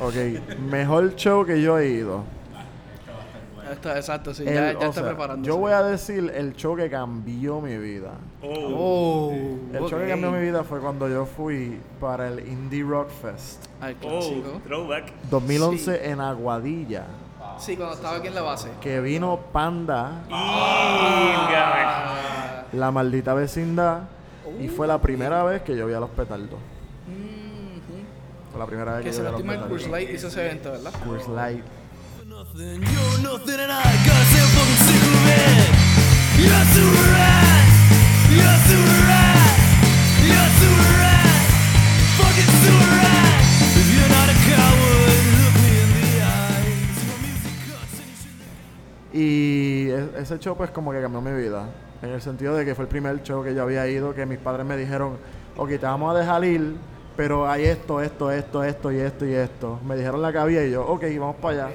[SPEAKER 3] Ok, mejor show que yo he ido.
[SPEAKER 1] Ok, está, exacto, sí, ya,
[SPEAKER 3] El-
[SPEAKER 1] ya
[SPEAKER 3] o
[SPEAKER 1] está
[SPEAKER 3] sea,
[SPEAKER 1] preparando.
[SPEAKER 3] Yo voy a decir el show que cambió mi vida.
[SPEAKER 5] Oh.
[SPEAKER 1] Oh,
[SPEAKER 3] El show que cambió mi vida fue cuando yo fui para el Indie Rock Fest
[SPEAKER 1] Al
[SPEAKER 5] Oh,
[SPEAKER 1] clásico.
[SPEAKER 5] throwback.
[SPEAKER 3] 2011 en Aguadilla,
[SPEAKER 1] Sí, cuando estaba aquí en la base.
[SPEAKER 3] que vino Panda,
[SPEAKER 5] Inga,
[SPEAKER 1] Ah,
[SPEAKER 3] la maldita vecindad, y fue la primera vez que yo vi a los petardos.
[SPEAKER 1] ujú.
[SPEAKER 3] Fue la primera vez que,
[SPEAKER 1] Mm-hmm. Que
[SPEAKER 3] yo
[SPEAKER 1] se
[SPEAKER 3] vi a los
[SPEAKER 1] lastima el Curse
[SPEAKER 3] petardos.
[SPEAKER 1] Light hizo ese evento, ¿verdad?
[SPEAKER 3] Curse Light.
[SPEAKER 7] Nothing, you're nothing, and I gotta say I'm fucking sick of it. You're super right, you're super right, you're super right, fucking super right. If you're not a coward, look me in the eyes. Your music cuts and you should let
[SPEAKER 3] Y e- ese show pues como que cambió mi vida. En el sentido de que fue el primer show que yo había ido, que mis padres me dijeron, ok, te vamos a dejar ir, pero hay esto, esto, esto, esto y esto y esto. Me dijeron la que había y yo, ok, vamos para allá.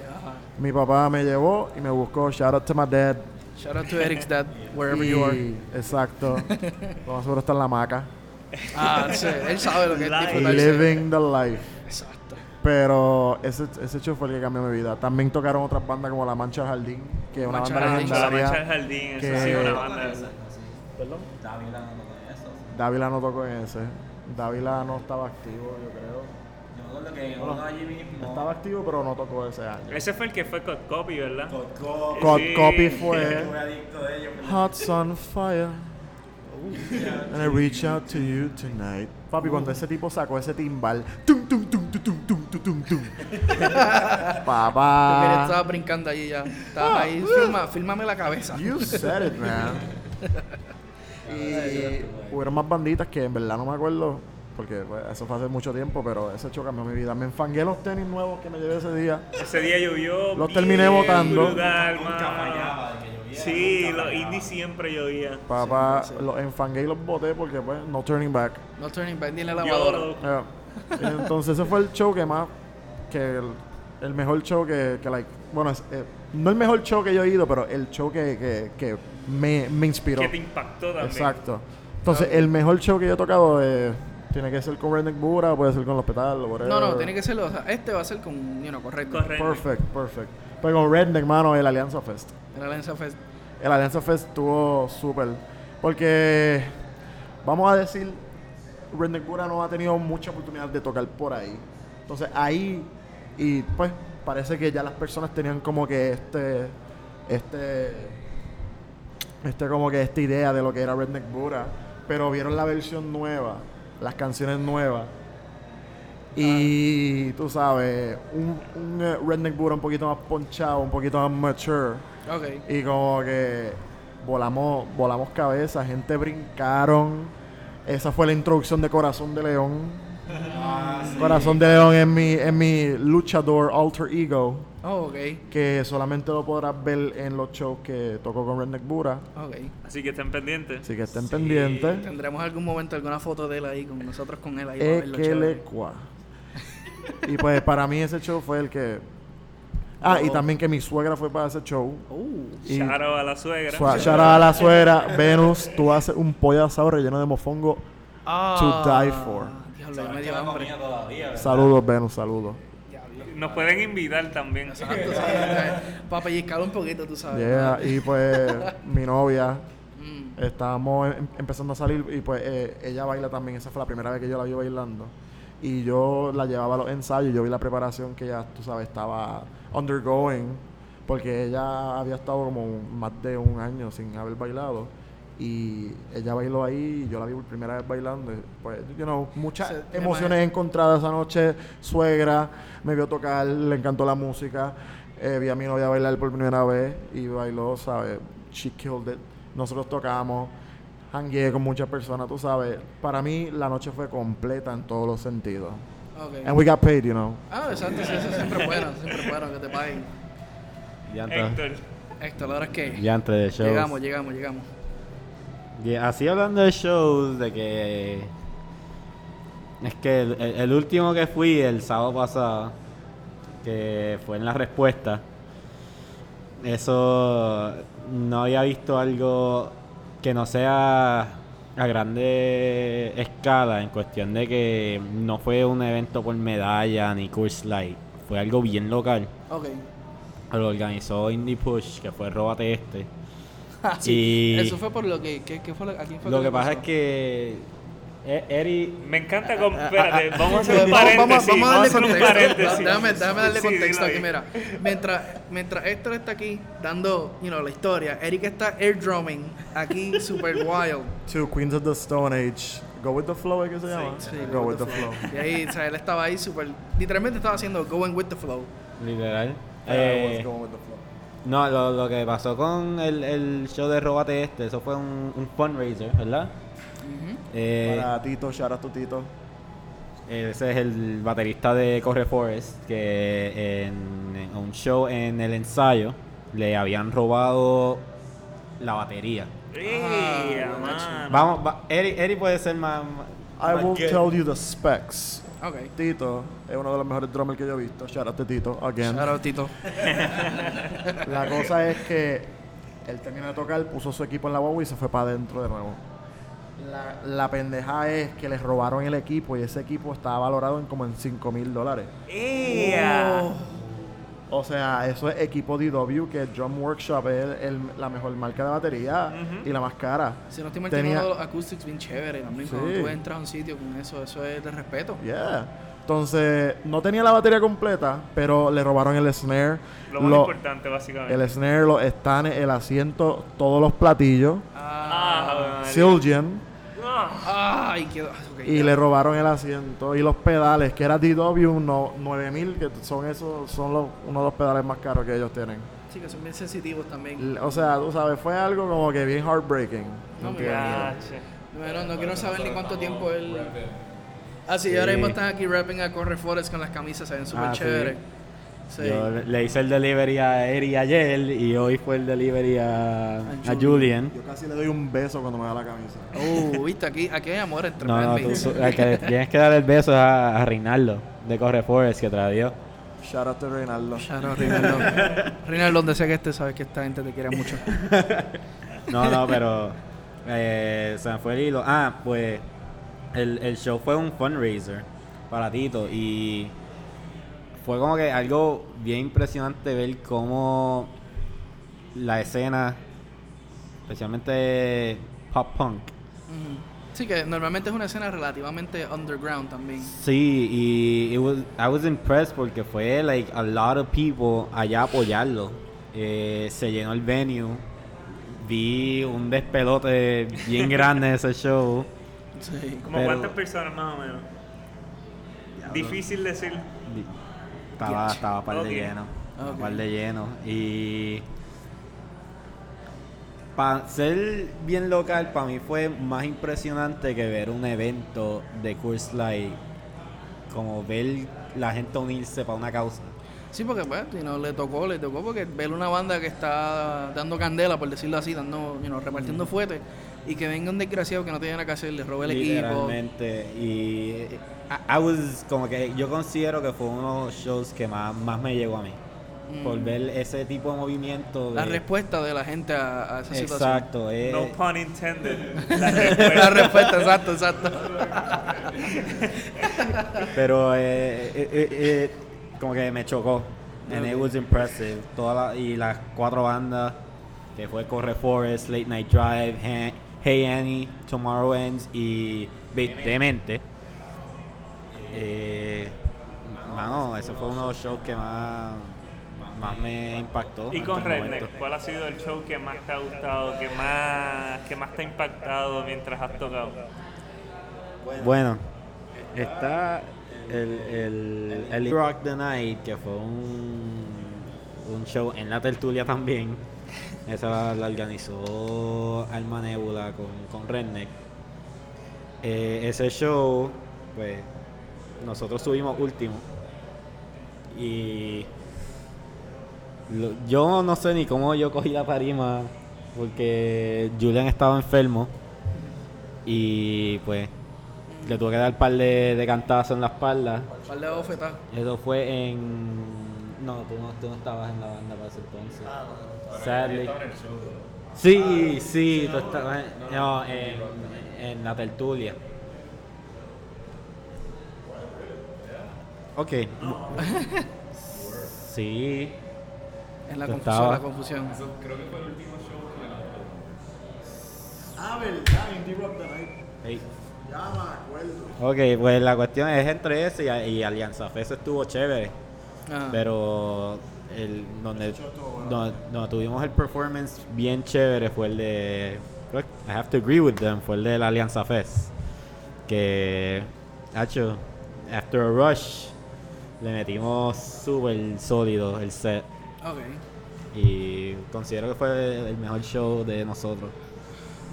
[SPEAKER 3] Mi papá me llevó y me buscó, shout out to my dad.
[SPEAKER 1] Shout out to Eric's dad, wherever
[SPEAKER 3] Y-
[SPEAKER 1] you are.
[SPEAKER 3] Exacto. Lo más seguro está en la hamaca.
[SPEAKER 1] Ah, sí, él sabe lo que es
[SPEAKER 5] Live.
[SPEAKER 1] disfrutarse.
[SPEAKER 3] Living the life.
[SPEAKER 1] Exacto.
[SPEAKER 3] Pero ese, ese show fue el que cambió mi vida. También tocaron otras bandas como La Mancha del Jardín, que es una
[SPEAKER 1] Mancha
[SPEAKER 3] banda
[SPEAKER 1] del Jardín.
[SPEAKER 5] La
[SPEAKER 3] legendaria.
[SPEAKER 5] mancha del jardín, eso
[SPEAKER 3] que-
[SPEAKER 5] sí, una banda.
[SPEAKER 3] Dávila no tocó en ese. Dávila no estaba activo, yo creo.
[SPEAKER 6] Yo me acuerdo que uno allí mismo.
[SPEAKER 3] Estaba activo, pero no tocó ese año.
[SPEAKER 5] Ese fue el que fue Cod Copy, ¿verdad?
[SPEAKER 2] Eh.
[SPEAKER 6] Tocó.
[SPEAKER 3] Cod
[SPEAKER 5] Sí.
[SPEAKER 3] Copy
[SPEAKER 6] Fue
[SPEAKER 3] fue
[SPEAKER 6] adicto de ellos.
[SPEAKER 3] Hearts on Fire. And I reach out to you tonight. Papi, cuando ese tipo sacó ese timbal. Tum, tum, tum, tum, tum, tum, tum, tum, tum.
[SPEAKER 1] Porque él
[SPEAKER 3] Papá.
[SPEAKER 1] estaba brincando allí ya. Estaba
[SPEAKER 3] Ah,
[SPEAKER 1] ahí,
[SPEAKER 3] uh.
[SPEAKER 1] filma, fílmame la cabeza.
[SPEAKER 3] You said it, man. Y hubieron más banditas que en verdad no me acuerdo, porque pues, eso fue hace mucho tiempo, pero ese show cambió mi vida. Me enfangué los tenis nuevos que me llevé ese día.
[SPEAKER 5] Ese día llovió.
[SPEAKER 3] Los
[SPEAKER 5] bien
[SPEAKER 3] terminé botando.
[SPEAKER 5] brutal, mano. Sí, los indies siempre llovía.
[SPEAKER 3] Papá, los enfangué y los boté porque, pues, no turning back.
[SPEAKER 1] No turning back ni la lavadora.
[SPEAKER 5] Yo-
[SPEAKER 3] Eh, y entonces, ese fue el show que más. que el, el mejor show que, que, like. Bueno, es- eh, no el mejor show que yo he ido, pero el show que, que, que me, me inspiró.
[SPEAKER 5] que te impactó también.
[SPEAKER 3] Exacto. Entonces, el mejor show que yo he tocado eh, tiene que ser con Redneck Bura, puede ser con Los Petalos, whatever.
[SPEAKER 1] No, no, tiene que serlo. O sea, este va a ser con, you know, correcto.
[SPEAKER 5] Correcto.
[SPEAKER 3] Perfect, perfect. Pero con Redneck, mano, el Alianza Fest.
[SPEAKER 1] Era la Lensa Fest.
[SPEAKER 3] El Alianza Fest estuvo súper. Porque, vamos a decir, Redneck Cura no ha tenido mucha oportunidad de tocar por ahí. Entonces ahí, y pues, parece que ya las personas tenían como que este. Este. Este, como que esta idea de lo que era Redneck Bura. Pero vieron la versión nueva, las canciones nuevas. Y tú sabes, un, un, eh, Redneck Bura un poquito más ponchado, un poquito más mature.
[SPEAKER 1] Ok.
[SPEAKER 3] Y como que volamos, volamos cabeza, gente brincaron. Esa fue la introducción de Corazón de León. Corazón de León es mi, es mi luchador alter ego,
[SPEAKER 1] Oh, ok.
[SPEAKER 3] que solamente lo podrás ver en los shows que tocó con Redneck Bura.
[SPEAKER 1] Ok.
[SPEAKER 5] Así que estén pendientes.
[SPEAKER 3] Así que estén pendientes.
[SPEAKER 1] Tendremos algún momento alguna foto de él ahí con nosotros con él ahí.
[SPEAKER 3] Eh,
[SPEAKER 1] para verlo chévere.
[SPEAKER 3] Ekelecua. y pues para mí ese show fue el que... Ah, y también que mi suegra fue para ese show.
[SPEAKER 1] Uh,
[SPEAKER 3] Y-
[SPEAKER 5] Shout out a la suegra.
[SPEAKER 3] Sua- Shout out a la suegra, Venus, tú haces un pollo asado relleno de mofongo.
[SPEAKER 1] ah,
[SPEAKER 3] die for.
[SPEAKER 1] Diablo, ya me dio hambre.
[SPEAKER 3] Saludos, Venus, saludos.
[SPEAKER 5] Nos pueden invitar también.
[SPEAKER 1] Exacto, ¿sabes? Para pellizcarlo un poquito, tú sabes.
[SPEAKER 3] Yeah, y pues mi novia,
[SPEAKER 1] Mm.
[SPEAKER 3] estábamos em- empezando a salir y pues eh, ella baila también, esa fue la primera vez que yo la vi bailando. Y yo la llevaba a los ensayos, yo vi la preparación que ella, tú sabes, estaba undergoing, porque ella había estado como un- más de un año sin haber bailado. Y ella bailó ahí y yo la vi por primera vez bailando. y, Pues, you know, muchas
[SPEAKER 1] Se- me
[SPEAKER 3] emociones encontradas esa noche. Suegra me vio tocar, le encantó la música. Eh, vi a mi novia bailar por primera vez y bailó, ¿sabes? She killed it. Nosotros tocamos, hangué con muchas personas, tú sabes. Para mí, la noche fue completa en todos los sentidos. And
[SPEAKER 1] Ok.
[SPEAKER 3] we got paid, you know.
[SPEAKER 1] Ah, exacto, sí, eso siempre es bueno, siempre es bueno que te paguen.
[SPEAKER 2] Llantas.
[SPEAKER 5] Héctor.
[SPEAKER 1] Héctor, la hora es que
[SPEAKER 2] Llantas de shows.
[SPEAKER 1] llegamos, llegamos, llegamos.
[SPEAKER 2] Y así hablando de shows, de que. Es que el, el- el último que fui el sábado pasado, que fue en la respuesta, eso. No había visto algo que no sea a grande escala, en cuestión de que no fue un evento por medalla ni course light, fue algo bien local
[SPEAKER 1] Ok.
[SPEAKER 2] lo organizó Indie Push, que fue Róbate Este.
[SPEAKER 1] Ah, Sí,
[SPEAKER 2] Y-
[SPEAKER 1] Eso fue por lo que. ¿qué, qué fue lo, ¿A quién fue
[SPEAKER 2] Lo
[SPEAKER 1] le
[SPEAKER 2] que pasa es
[SPEAKER 1] pasó?
[SPEAKER 2] que E- Eri
[SPEAKER 5] Me encanta. Con, espérate, vamos a hacer un
[SPEAKER 1] Vamos, vamos,
[SPEAKER 5] paréntesis.
[SPEAKER 1] vamos a darle
[SPEAKER 5] hacer un
[SPEAKER 1] contexto.
[SPEAKER 5] paréntesis.
[SPEAKER 1] Dame, dame darle
[SPEAKER 5] Sí,
[SPEAKER 1] contexto
[SPEAKER 5] dilo
[SPEAKER 1] aquí,
[SPEAKER 5] ahí.
[SPEAKER 1] mira. Mientras, mientras Héctor está aquí dando you know, la historia, Eric está air drumming aquí super wild.
[SPEAKER 3] Two Queens of the Stone Age. Go with the flow, ¿eh? ¿qué se llama?
[SPEAKER 1] Sí,
[SPEAKER 3] go, with the, flow.
[SPEAKER 1] Y ahí, o sea, él estaba ahí super literalmente estaba haciendo going with the flow.
[SPEAKER 2] Literal.
[SPEAKER 3] Yeah, I
[SPEAKER 2] Eh,
[SPEAKER 3] was going with the flow.
[SPEAKER 2] no, lo, lo que pasó con el, el show de Robate Este, eso fue un, un fundraiser, ¿verdad? Eh,
[SPEAKER 3] Para Tito, shout out to Tito.
[SPEAKER 2] Ese es el baterista de Corre Forest, que en, en un show en el ensayo le habían robado la batería.
[SPEAKER 5] Ey,
[SPEAKER 1] Ah,
[SPEAKER 5] mano.
[SPEAKER 2] Vamos, va- Eri, Eri puede ser más... más-
[SPEAKER 3] I
[SPEAKER 2] más
[SPEAKER 3] will
[SPEAKER 2] que-
[SPEAKER 3] tell you the specs.
[SPEAKER 1] Ok.
[SPEAKER 3] Tito es uno de los mejores drummers que yo he visto. Shout out to Tito, again.
[SPEAKER 1] Shout out, Tito.
[SPEAKER 3] La cosa es que él terminó de tocar, puso su equipo en la guagua y se fue para adentro de nuevo. La, la pendeja es que les robaron el equipo y ese equipo estaba valorado en como en 5 mil dólares.
[SPEAKER 5] Ea.
[SPEAKER 3] O sea, eso es equipo DW, que Drum Workshop es el- el- la mejor marca de batería y la más cara.
[SPEAKER 1] Si no estoy mal, tiene
[SPEAKER 3] Tenía-
[SPEAKER 1] uno de los acoustics bien chévere también.
[SPEAKER 3] Sí.
[SPEAKER 1] Cuando tú entras a un sitio con eso, eso es de respeto.
[SPEAKER 3] Yeah. Entonces, no tenía la batería completa, pero le robaron el snare.
[SPEAKER 5] Lo más
[SPEAKER 3] lo-
[SPEAKER 5] importante, básicamente.
[SPEAKER 3] el snare, los stands, el asiento, todos los platillos.
[SPEAKER 5] Ah, María.
[SPEAKER 3] Silgen.
[SPEAKER 5] Ah,
[SPEAKER 1] Ay, qué. ah, ok,
[SPEAKER 3] Y
[SPEAKER 1] ya.
[SPEAKER 3] le robaron el asiento y los pedales, que era DW no, 9000, que son esos, son los, uno de los pedales más caros que ellos tienen.
[SPEAKER 1] Sí, que son bien sensitivos también.
[SPEAKER 3] L- O sea, tú sabes, fue algo como que bien heartbreaking.
[SPEAKER 1] No me
[SPEAKER 3] ¿entiendes?
[SPEAKER 5] gache.
[SPEAKER 1] Bueno, no quiero saber ni cuánto tiempo él. Ah, sí, ahora mismo están aquí rapping a Corre Forest con las camisas, se ven súper
[SPEAKER 2] Ah, sí.
[SPEAKER 1] chévere. Sí.
[SPEAKER 2] Yo le- le hice el delivery a Eri ayer y hoy fue el delivery a, a Julian.
[SPEAKER 3] Yo casi le doy un beso cuando me da la camisa.
[SPEAKER 1] Uh, viste, aquí, aquí hay amor entre
[SPEAKER 2] No, no, tú,
[SPEAKER 1] bandmates.
[SPEAKER 2] tú- al que tienes que dar el beso es a, a Reinaldo de Corre Forest que te la dio.
[SPEAKER 3] Shout out to Reinaldo.
[SPEAKER 1] Shout out, Rinaldo. Rinaldo, donde sea que estés, sabes que esta gente te quiere mucho.
[SPEAKER 2] No, no, pero eh, se me fue el hilo. Ah, pues el, el show fue un fundraiser para Tito y fue como que algo bien impresionante ver cómo la escena, especialmente pop punk,
[SPEAKER 1] Ujú. Sí, que normalmente es una escena relativamente underground también.
[SPEAKER 2] Sí, y it was, I was impressed porque fue like a lot of people allá apoyarlo. Eh, se llenó el venue. Vi un despelote bien grande de ese show.
[SPEAKER 1] Sí.
[SPEAKER 5] ¿Como
[SPEAKER 2] Pero-
[SPEAKER 5] cuántas personas más o menos? Difícil decir.
[SPEAKER 2] Di- Estaba, estaba par
[SPEAKER 5] Ok.
[SPEAKER 2] de lleno. estaba
[SPEAKER 1] Ok.
[SPEAKER 2] Par de lleno. Y. Para ser bien local, para mí fue más impresionante que ver un evento de Curse Light. Como ver la gente unirse para una causa.
[SPEAKER 1] Sí, porque bueno, you know, le tocó, le tocó, porque ver una banda que está dando candela, por decirlo así, dando, you know, repartiendo fuete, y que venga un desgraciado que no tiene nada que hacer, le robe el equipo.
[SPEAKER 2] Literalmente. Y eh, I, I was como que yo considero que fue uno de los shows que más, más me llegó a mí. Por ver ese tipo de movimiento. De,
[SPEAKER 1] Mm. La respuesta de la gente a, a esa situación.
[SPEAKER 2] Exacto. eh,
[SPEAKER 5] No pun intended. La
[SPEAKER 1] La
[SPEAKER 5] respuesta.
[SPEAKER 1] respuesta, exacto, exacto.
[SPEAKER 2] pero eh, eh, eh, eh, como que me chocó. And it was impressive. Toda la- y las cuatro bandas que fue Corre Forest, Late Night Drive, Han- Hey Annie, Tomorrow Ends y Be- Demente. Eh, mano, ese fue uno de los shows que más, más me impactó.
[SPEAKER 5] Y con
[SPEAKER 2] hasta el momento.
[SPEAKER 5] Redneck, ¿cuál ha sido el show que más te ha gustado, que más, que más te ha impactado mientras has tocado?
[SPEAKER 2] Bueno, está el, el, el Rock the Night, que fue un, un show en la tertulia también. Esa la, la organizó Alma Nebula con, con Redneck. Eh, ese show, pues, nosotros subimos último. Y lo- yo no sé ni cómo yo cogí la parima, porque Julian estaba enfermo. Y pues le tuve que dar un par de, de cantazos en la espalda.
[SPEAKER 1] Par de bofetadas.
[SPEAKER 2] Eso fue en. No tú, no, tú no estabas en la banda para ese entonces. Sadly. Sí, sí, tú estabas en, no, en, en la tertulia. Ok. Sí.
[SPEAKER 1] en la
[SPEAKER 2] Yo
[SPEAKER 1] confusión,
[SPEAKER 2] estaba.
[SPEAKER 1] la confusión.
[SPEAKER 3] Ah, verdad, Indie Rock the Night.
[SPEAKER 2] Ey.
[SPEAKER 3] Ya me acuerdo.
[SPEAKER 2] Ok, pues la cuestión es entre ese y, y Alianza Fe. Eso estuvo chévere.
[SPEAKER 1] Ah.
[SPEAKER 2] Pero el, donde, no, no, tuvimos el performance bien chévere fue el de. creo que- I have to agree with them. Fue el de la Alianza Fest. Que. Hacho, after a rush, le metimos súper sólido el set.
[SPEAKER 1] Ok.
[SPEAKER 2] Y considero que fue el mejor show de nosotros.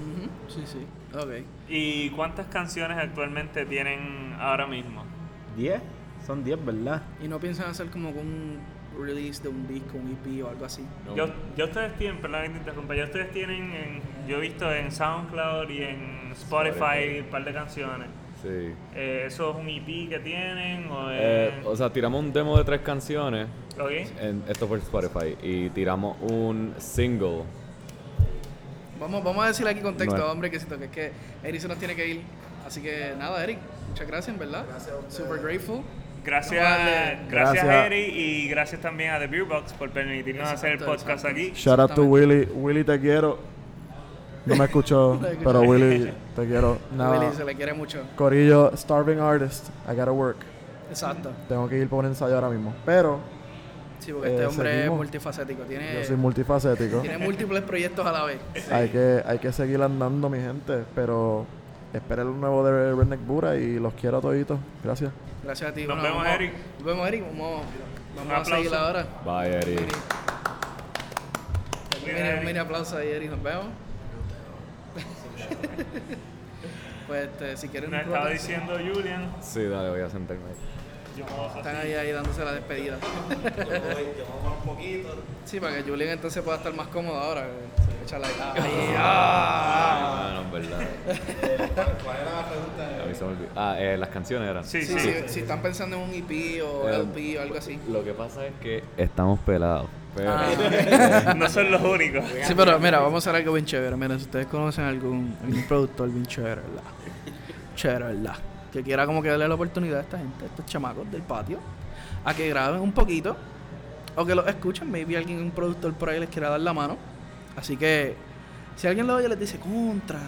[SPEAKER 1] Ujú, Sí, sí. Ok.
[SPEAKER 5] ¿Y cuántas canciones actualmente tienen ahora mismo?
[SPEAKER 2] 10, son 10, ¿verdad?
[SPEAKER 1] Y no piensan hacer como un release de un disco, un EP o algo así.
[SPEAKER 5] Yo, yo ustedes tienen, perdón que te interrumpa, yo ustedes tienen, en- yo he visto en SoundCloud y en Spotify
[SPEAKER 4] Spotify.
[SPEAKER 5] un par de canciones.
[SPEAKER 4] Sí.
[SPEAKER 5] Eh, ¿Eso es un EP que tienen? ¿O
[SPEAKER 4] Eh,
[SPEAKER 5] es-
[SPEAKER 4] o sea, tiramos un demo de tres canciones.
[SPEAKER 5] ¿ok?
[SPEAKER 4] en- esto por Spotify. Y tiramos un single.
[SPEAKER 1] Vamos, vamos a decirle aquí contexto,
[SPEAKER 4] No.
[SPEAKER 1] hombre, que siento que es que Eric se nos tiene que ir. Así que nada, Eric, muchas gracias, en verdad. Gracias Super grateful.
[SPEAKER 5] Gracias,
[SPEAKER 1] Vamos a darle-
[SPEAKER 5] gracias,
[SPEAKER 3] Gracias.
[SPEAKER 5] Eri y gracias también a The Beer Box por permitirnos hacer el
[SPEAKER 1] Exacto,
[SPEAKER 5] podcast aquí.
[SPEAKER 3] Shout out
[SPEAKER 1] Exactamente.
[SPEAKER 3] to Willy. Willy, te quiero. No me escuchó,
[SPEAKER 1] No escuchó.
[SPEAKER 3] pero Willy, te quiero.
[SPEAKER 1] Willy
[SPEAKER 3] Nada.
[SPEAKER 1] se le quiere mucho.
[SPEAKER 3] Corillo, starving artist. I gotta work.
[SPEAKER 1] Exacto.
[SPEAKER 3] Tengo que ir por un ensayo ahora mismo. Pero
[SPEAKER 1] Sí, porque
[SPEAKER 3] Eh,
[SPEAKER 1] este hombre es
[SPEAKER 3] seguimos.
[SPEAKER 1] multifacético. Tiene,
[SPEAKER 3] yo soy multifacético.
[SPEAKER 1] tiene múltiples proyectos a la vez.
[SPEAKER 3] Hay que, hay que seguir andando, mi gente. Pero esperen un nuevo de Redneck Bura y los quiero a toditos. Gracias.
[SPEAKER 1] Gracias a ti.
[SPEAKER 5] Nos vemos,
[SPEAKER 1] vamos-
[SPEAKER 5] Eric.
[SPEAKER 1] Nos vemos, Eric. Vamos, vamos a
[SPEAKER 5] aplauso.
[SPEAKER 1] seguir ahora.
[SPEAKER 4] Bye, Eric.
[SPEAKER 1] Mira, mira, mira, aplauso ahí, Eric. Nos vemos. pues este, si quieren,
[SPEAKER 5] Nos estaba diciendo Julian.
[SPEAKER 4] Sí, dale, voy a sentarme. ahí.
[SPEAKER 1] están ahí, ahí dándose la despedida. Sí, para que Julian entonces pueda estar más cómodo ahora. Échala ahí. Ahí, ah.
[SPEAKER 4] Ah, no, en verdad. A mí se me olvidó. Ah, eh, las canciones eran.
[SPEAKER 5] Sí,
[SPEAKER 1] Sí,
[SPEAKER 5] sí.
[SPEAKER 1] sí, si están pensando en un EP o
[SPEAKER 4] Eh,
[SPEAKER 1] LP o algo así.
[SPEAKER 4] Lo que pasa es que estamos pelados. Pero Ah.
[SPEAKER 5] No son los únicos.
[SPEAKER 1] Sí, pero mira, vamos a hacer algo bien chévere. Mira, si ustedes conocen algún, algún productor bien chévere, ¿verdad? Chévere, ¿verdad? Que quiera como que darle la oportunidad a esta gente, a estos chamacos del patio, a que graben un poquito o que los escuchen. Maybe alguien, un productor por ahí les quiera dar la mano. Así que si alguien lo oye, les dice, contra,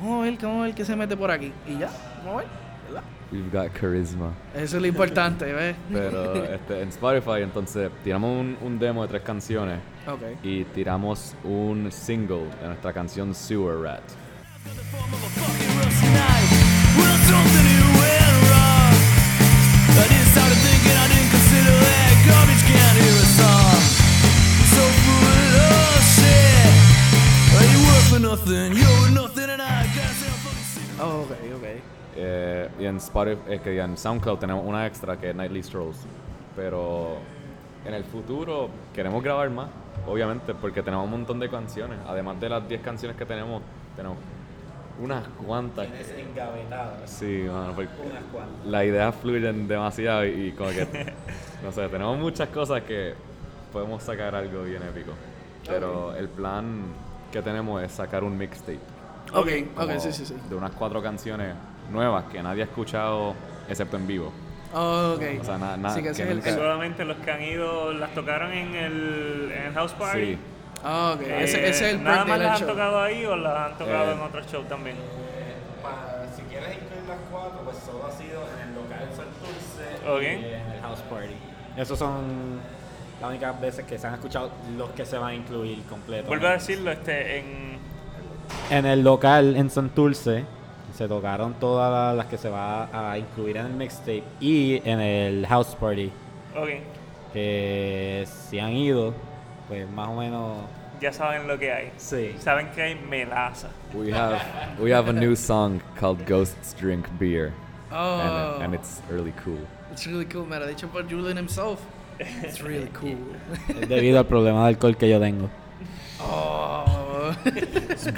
[SPEAKER 1] vamos a ver, vamos a ver qué se mete por aquí. Y ya, vamos a ver, ¿verdad?
[SPEAKER 4] we've got charisma.
[SPEAKER 1] Eso es lo importante, ¿ves?
[SPEAKER 4] Pero este, en Spotify, entonces, tiramos un, un demo de tres canciones
[SPEAKER 1] Ok.
[SPEAKER 4] y tiramos un single de nuestra canción Sewer Rat.
[SPEAKER 7] Nothing, you're nothing, and I got some fucking secret.
[SPEAKER 1] Ok, ok.
[SPEAKER 4] Eh, y en Spotify, eh, que en SoundCloud tenemos una extra que es Nightly Strolls. Pero en el futuro queremos grabar más, obviamente, porque tenemos un montón de canciones. Además de las 10 canciones que tenemos, tenemos unas cuantas.
[SPEAKER 6] Es engavetado.
[SPEAKER 4] Sí, mano, porque
[SPEAKER 6] Unas cuantas.
[SPEAKER 4] la idea fluyen demasiado y, y como que, no sé, tenemos muchas cosas que podemos sacar algo bien épico. Pero el plan que tenemos es sacar un mixtape.
[SPEAKER 1] Ok, ok,
[SPEAKER 4] como
[SPEAKER 1] sí, sí, sí.
[SPEAKER 4] De unas cuatro canciones nuevas que nadie ha escuchado excepto en vivo.
[SPEAKER 1] Ok.
[SPEAKER 4] O sea, na- na-
[SPEAKER 1] Así que
[SPEAKER 4] que
[SPEAKER 1] ese es el...
[SPEAKER 4] nunca-
[SPEAKER 5] Solamente los que han ido, las tocaron en el, en el House Party.
[SPEAKER 4] Sí.
[SPEAKER 1] Ah, ok.
[SPEAKER 5] Eh,
[SPEAKER 1] ese, ese es el
[SPEAKER 5] ¿Nada
[SPEAKER 1] break
[SPEAKER 5] más
[SPEAKER 1] del
[SPEAKER 5] las han
[SPEAKER 1] show.
[SPEAKER 5] tocado ahí o las han tocado
[SPEAKER 4] Eh,
[SPEAKER 5] en otros shows también?
[SPEAKER 6] Pa- si quieres incluir las cuatro, pues solo ha sido en el local Santurce
[SPEAKER 5] Ok.
[SPEAKER 6] y en el House Party.
[SPEAKER 2] Esas son las únicas veces que se han escuchado los que se van a incluir completo.
[SPEAKER 5] Vuelvo a decirlo, este, en...
[SPEAKER 2] En el local, en Santurce, se tocaron todas la- las que se va a incluir en el mixtape y en el house party.
[SPEAKER 5] Ok,
[SPEAKER 2] Que si han ido, pues más o menos.
[SPEAKER 5] ya saben lo que hay.
[SPEAKER 2] Sí.
[SPEAKER 5] Saben que hay melaza.
[SPEAKER 4] We have we have a new song called Ghosts Drink Beer.
[SPEAKER 1] Oh.
[SPEAKER 4] And, and it's really cool.
[SPEAKER 1] It's really cool, me lo ha dicho por Julian himself. It's really cool.
[SPEAKER 2] Debido al problema de alcohol que yo tengo.
[SPEAKER 1] Oh.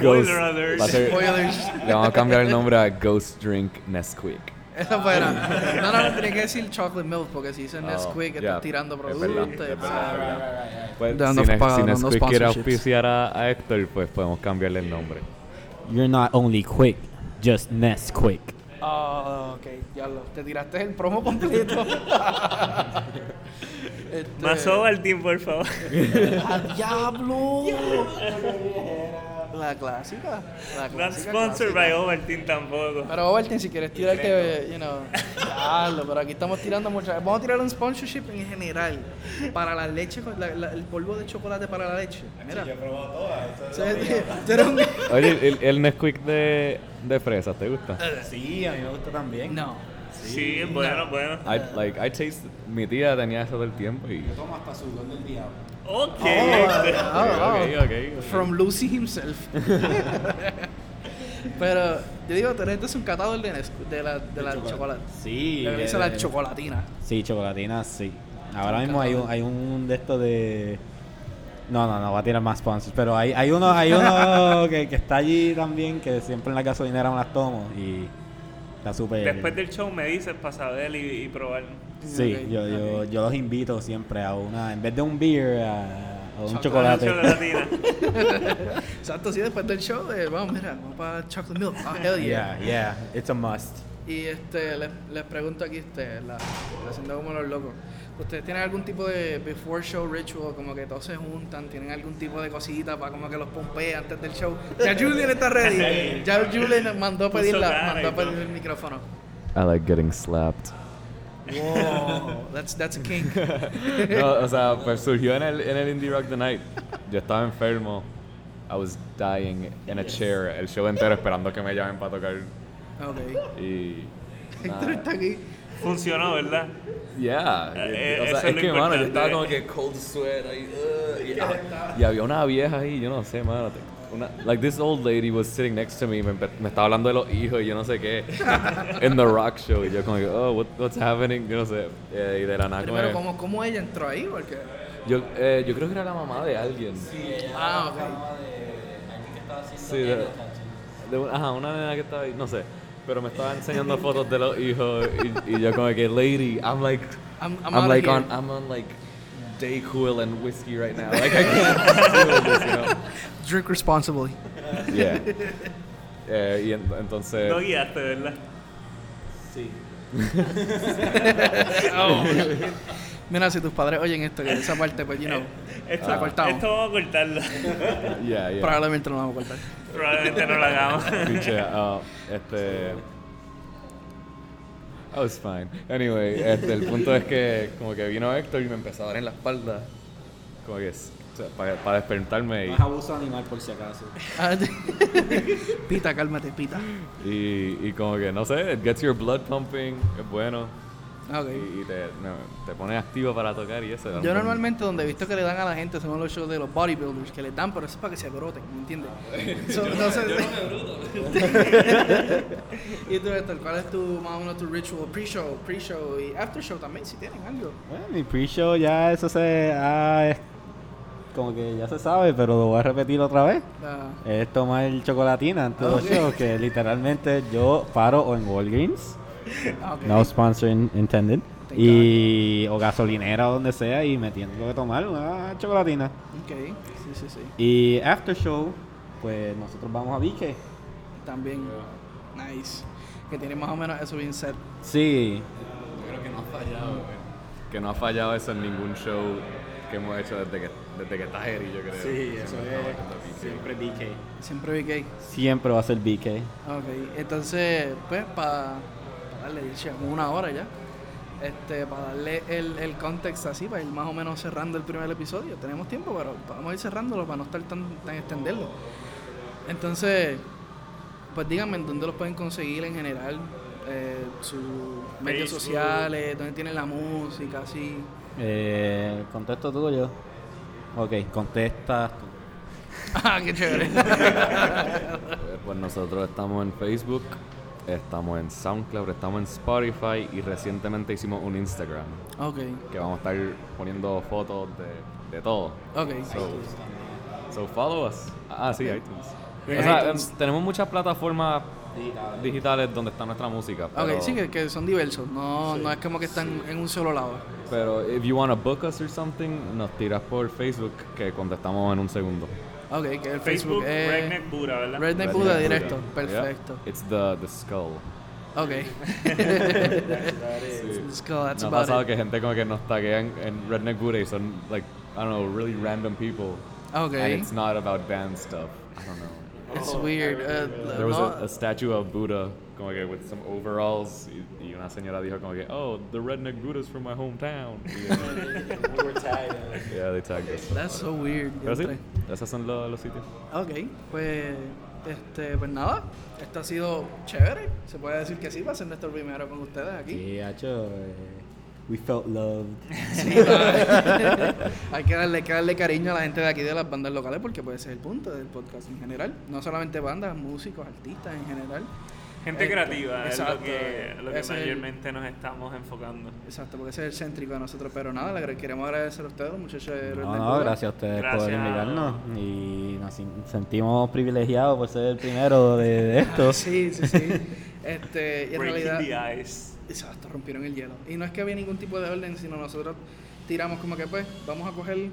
[SPEAKER 4] Ghost-
[SPEAKER 5] alert.
[SPEAKER 4] va a ser-
[SPEAKER 1] Spoilers.
[SPEAKER 4] le vamos a cambiar el nombre a Ghost Drink Nesquik.
[SPEAKER 1] Esa fuera. No, no, tenía que decir chocolate milk porque si dicen
[SPEAKER 4] Oh,
[SPEAKER 1] Nesquik que
[SPEAKER 4] yeah.
[SPEAKER 1] estás tirando
[SPEAKER 4] Es
[SPEAKER 1] productos.
[SPEAKER 4] verdad, es verdad,
[SPEAKER 1] ah,
[SPEAKER 4] es verdad. Pues,
[SPEAKER 1] Dando
[SPEAKER 4] si Nes-
[SPEAKER 1] pa-
[SPEAKER 4] si
[SPEAKER 1] dando
[SPEAKER 4] Nesquik quiere
[SPEAKER 1] sponsorships.
[SPEAKER 4] auspiciar a, a Héctor, pues podemos cambiarle el nombre.
[SPEAKER 2] You're not only quick, just nest quick.
[SPEAKER 5] Oh,
[SPEAKER 1] Ah, ok, ya lo. Te tiraste el promo completo. Este-
[SPEAKER 5] Más over al team, por favor.
[SPEAKER 1] ¡Ah, diablo! La clásica. La clásica.
[SPEAKER 5] Not sponsored by
[SPEAKER 1] clásica.
[SPEAKER 5] Ovaltine tampoco.
[SPEAKER 1] Pero Overton, si quieres tirarte, you know, diablo, pero aquí estamos tirando mucho. Vamos a tirar un sponsorship en general para la leche, con la- la- el polvo de chocolate para la leche. Mira.
[SPEAKER 6] Yo he probado todas.
[SPEAKER 1] O
[SPEAKER 6] eso
[SPEAKER 1] sea,
[SPEAKER 6] es lo mío.
[SPEAKER 1] tú eres un-
[SPEAKER 4] Oye, el, el, el Nesquik de, de fresas, ¿te gusta?
[SPEAKER 6] Sí, a mí me gusta también.
[SPEAKER 1] No.
[SPEAKER 5] Sí, bueno, bueno.
[SPEAKER 4] I, like, I taste, mi tía tenía eso del tiempo y...
[SPEAKER 6] Tomo hasta sudor del diablo.
[SPEAKER 5] Ok. Este,
[SPEAKER 1] Ah,
[SPEAKER 4] Ok,
[SPEAKER 1] wow.
[SPEAKER 4] ok, ok.
[SPEAKER 1] From Lucy himself. Pero yo digo, tú eres un catador de, Nesqu- de la, de la chocolate.
[SPEAKER 2] Sí.
[SPEAKER 1] Le dice
[SPEAKER 2] eh,
[SPEAKER 1] la chocolatina.
[SPEAKER 2] Sí, chocolatina, sí. Ahora mismo hay un, hay un de estos de. No, no, no, va a tirar más sponsors. Pero hay, hay uno, hay uno que, que está allí también, que siempre en la gasolinera me las tomo. Y está súper.
[SPEAKER 5] Después del show me dices para saber y, y probar.
[SPEAKER 2] Sí,
[SPEAKER 1] Ok,
[SPEAKER 2] yo, yo, yo los invito siempre a una. En vez de un beer, a, a un
[SPEAKER 5] Una
[SPEAKER 2] chocolate.
[SPEAKER 5] chocolatina.
[SPEAKER 1] Exacto, sí, después del show, eh, vamos, mira, vamos para chocolate milk. Ah, hell yeah.
[SPEAKER 2] Yeah, yeah, it's a must.
[SPEAKER 1] Y este, les, les pregunto aquí, este, la, haciendo como los locos. ¿Ustedes tienen algún tipo de before show ritual, como que todos se juntan, tienen algún tipo de cosita para como que los pompea antes del show? Ya Julian está ready. Ya Julian mandó
[SPEAKER 5] Puso
[SPEAKER 1] pedir, la,
[SPEAKER 5] cara y
[SPEAKER 1] mandó pedir
[SPEAKER 5] todo.
[SPEAKER 1] el micrófono.
[SPEAKER 4] I like getting slapped.
[SPEAKER 1] Wow, that's, that's a king.
[SPEAKER 4] No, o sea, pues surgió en el, en el Indie Rock The Night. Yo estaba enfermo. I was dying in a chair el show entero esperando que me llamen para tocar.
[SPEAKER 1] Ok.
[SPEAKER 4] Y.
[SPEAKER 1] Héctor está aquí.
[SPEAKER 5] Funcionó, ¿verdad?
[SPEAKER 4] Yeah.
[SPEAKER 5] Eh,
[SPEAKER 4] o
[SPEAKER 5] eso
[SPEAKER 4] sea,
[SPEAKER 5] es
[SPEAKER 4] es
[SPEAKER 5] lo
[SPEAKER 4] que, mano, yo
[SPEAKER 5] importante.
[SPEAKER 4] estaba como que cold sweat ahí. uh, y, y había una vieja ahí, yo no sé, mano. te- Una, like, this old lady was sitting next to me, me, empe- me estaba hablando de los hijos y yo no sé qué. en The Rock Show. Y yo, como que, oh, what- what's happening? Yo no sé. Eh, y de la nada, como
[SPEAKER 1] Primero,
[SPEAKER 4] que-
[SPEAKER 1] ¿cómo, ¿cómo ella entró ahí? Porque...
[SPEAKER 4] Yo, eh, yo creo que era la mamá de alguien. Sí,
[SPEAKER 1] Ah, ok.
[SPEAKER 4] de, de un- ajá, una nena que estaba ahí, no sé. Pero me estaba enseñando fotos de los hijos y, y yo como que, lady, I'm like,
[SPEAKER 1] I'm-
[SPEAKER 4] I'm,
[SPEAKER 1] I'm outta
[SPEAKER 4] like
[SPEAKER 1] here."
[SPEAKER 4] on, I'm on like day cool and whiskey right now. Like I can't deal with this, you
[SPEAKER 1] Drink responsibly.
[SPEAKER 4] know. Yeah. Eh, y en- entonces,
[SPEAKER 5] Lo guiaste, ¿verdad?
[SPEAKER 1] Mira, si tus padres oyen esto, que esa parte, pues, you know,
[SPEAKER 5] Esto,
[SPEAKER 1] la cortamos.
[SPEAKER 5] esto vamos a cortarlo.
[SPEAKER 4] yeah, yeah.
[SPEAKER 1] Probablemente no la vamos a cortar.
[SPEAKER 5] Probablemente no lo hagamos.
[SPEAKER 4] Pinche, ah, este. I was fine. Anyway, este, el punto es que como que vino Héctor y me empezó a dar en la espalda. Como que es. o sea, para, para despertarme
[SPEAKER 2] No es abuso animal por si acaso.
[SPEAKER 1] Ah, pita, cálmate, pita.
[SPEAKER 4] y, y, y como que no sé, it gets your blood pumping, es bueno.
[SPEAKER 1] Ah, Ok.
[SPEAKER 4] Y, y te, no, te pone activo para tocar y eso.
[SPEAKER 1] Yo normalmente donde he visto que le dan a la gente son los shows de los bodybuilders que le dan, pero eso es para que se broten, ¿me entiendes? So, no sé- y tú, Héctor, ¿cuál es tu más o menos tu ritual pre-show, pre-show y after-show también, si tienen algo?
[SPEAKER 2] Bueno, mi pre-show ya eso se ah, es como que ya se sabe, pero lo voy a repetir otra vez.
[SPEAKER 1] La-
[SPEAKER 2] Es tomar chocolatina antes de los
[SPEAKER 1] Ok.
[SPEAKER 2] shows, que literalmente yo paro o en Walgreens,
[SPEAKER 1] ah, ok.
[SPEAKER 2] no sponsor in- intended,
[SPEAKER 1] Thank
[SPEAKER 2] y, o gasolinera o donde sea y me tengo que tomar una chocolatina.
[SPEAKER 1] Ok, sí, sí, sí.
[SPEAKER 2] Y after show, pues nosotros vamos a Vique.
[SPEAKER 1] También. Nice. Que tiene más o menos eso bien set.
[SPEAKER 2] Sí,
[SPEAKER 4] Que no ha fallado eso en ningún show que hemos hecho desde que, desde que estás Eri, yo creo. Sí, eso es.
[SPEAKER 1] Siempre vi que
[SPEAKER 2] siempre va a ser Vique.
[SPEAKER 1] Ok, entonces, pues, para darle, ya llevamos una hora ya, este, para darle el, el contexto así, para ir más o menos cerrando el primer episodio, tenemos tiempo, pero vamos a ir cerrándolo para no estar tan, tan extenderlo. Entonces, pues díganme, ¿en ¿dónde los pueden conseguir en general? Eh, sus medios
[SPEAKER 5] Facebook.
[SPEAKER 1] sociales, dónde tienen la música, así.
[SPEAKER 2] Eh, ¿Contesto tú o yo? Ok, contestas tú.
[SPEAKER 1] ah, qué chévere.
[SPEAKER 4] Eh, Pues nosotros estamos en Facebook, estamos en SoundCloud, estamos en Spotify y recientemente hicimos un Instagram
[SPEAKER 1] ok,
[SPEAKER 4] que vamos a estar poniendo fotos de, de todo.
[SPEAKER 1] ok.
[SPEAKER 4] So, so follow us. Ah, sí, iTunes.
[SPEAKER 1] En
[SPEAKER 4] O sea,
[SPEAKER 1] iTunes.
[SPEAKER 4] eh, tenemos muchas plataformas digitales donde está nuestra música.
[SPEAKER 1] Ok,
[SPEAKER 4] Pero,
[SPEAKER 1] sí, que, que son diversos, no, no es como que están en un solo lado.
[SPEAKER 4] pero if you want to book us or something, nos tiras por Facebook que contestamos en un segundo.
[SPEAKER 1] Ok, que el
[SPEAKER 5] Facebook,
[SPEAKER 1] Facebook, eh. es...
[SPEAKER 5] Redneck Buda, ¿verdad?
[SPEAKER 1] Redneck
[SPEAKER 4] Redneck
[SPEAKER 1] Buda
[SPEAKER 4] Buda.
[SPEAKER 1] directo,
[SPEAKER 4] Yeah.
[SPEAKER 1] perfecto.
[SPEAKER 4] It's the, the skull.
[SPEAKER 1] Okay. Let's call that's
[SPEAKER 4] Me ha
[SPEAKER 1] about
[SPEAKER 4] pasado
[SPEAKER 1] it.
[SPEAKER 4] que gente como que nos taguean en Redneck Booty son, like, I don't know, really random people. And
[SPEAKER 1] Okay.
[SPEAKER 4] it's not about band stuff. I don't know.
[SPEAKER 1] It's weird. Uh,
[SPEAKER 4] There was
[SPEAKER 1] no-
[SPEAKER 4] a, a statue of Buddha como que with some overalls y, y una señora dijo como que, oh, the Redneck Buddha's from my hometown. Y, uh,
[SPEAKER 6] We were tired. of
[SPEAKER 1] uh,
[SPEAKER 6] it.
[SPEAKER 4] yeah, they tagged us.
[SPEAKER 1] That's so weird.
[SPEAKER 4] Pero ¿Ah, sí,
[SPEAKER 1] diantre.
[SPEAKER 4] esos son los, los sitios.
[SPEAKER 1] Ok, pues, este, pues nada, esto ha sido chévere. Se puede decir que sí, va a ser nuestro primero con ustedes aquí.
[SPEAKER 2] Sí, hacho, eh, we felt loved.
[SPEAKER 1] Sí, va. hay, que darle, hay que darle cariño a la gente de aquí de las bandas locales porque puede ser el punto del podcast en general. No solamente bandas, músicos, artistas en general.
[SPEAKER 5] Gente
[SPEAKER 1] Esto,
[SPEAKER 5] creativa
[SPEAKER 1] Este, exacto, eh,
[SPEAKER 5] es lo que, lo que
[SPEAKER 1] ese es el-
[SPEAKER 5] mayormente nos estamos enfocando.
[SPEAKER 1] Exacto, porque ese es el céntrico de nosotros. Pero nada, le queremos agradecer a ustedes, los muchachos de Red
[SPEAKER 2] No,
[SPEAKER 1] Neck
[SPEAKER 2] no,
[SPEAKER 1] Buda.
[SPEAKER 2] gracias a ustedes por
[SPEAKER 5] Gracias.
[SPEAKER 2] invitarnos y nos sin- sentimos privilegiados por ser el primero de, de esto.
[SPEAKER 1] Sí, sí, sí. Este, y en
[SPEAKER 5] Breaking
[SPEAKER 1] realidad...
[SPEAKER 5] the ice.
[SPEAKER 1] Exacto, rompieron el hielo. Y no es que había ningún tipo de orden, sino nosotros tiramos como que, pues, vamos a coger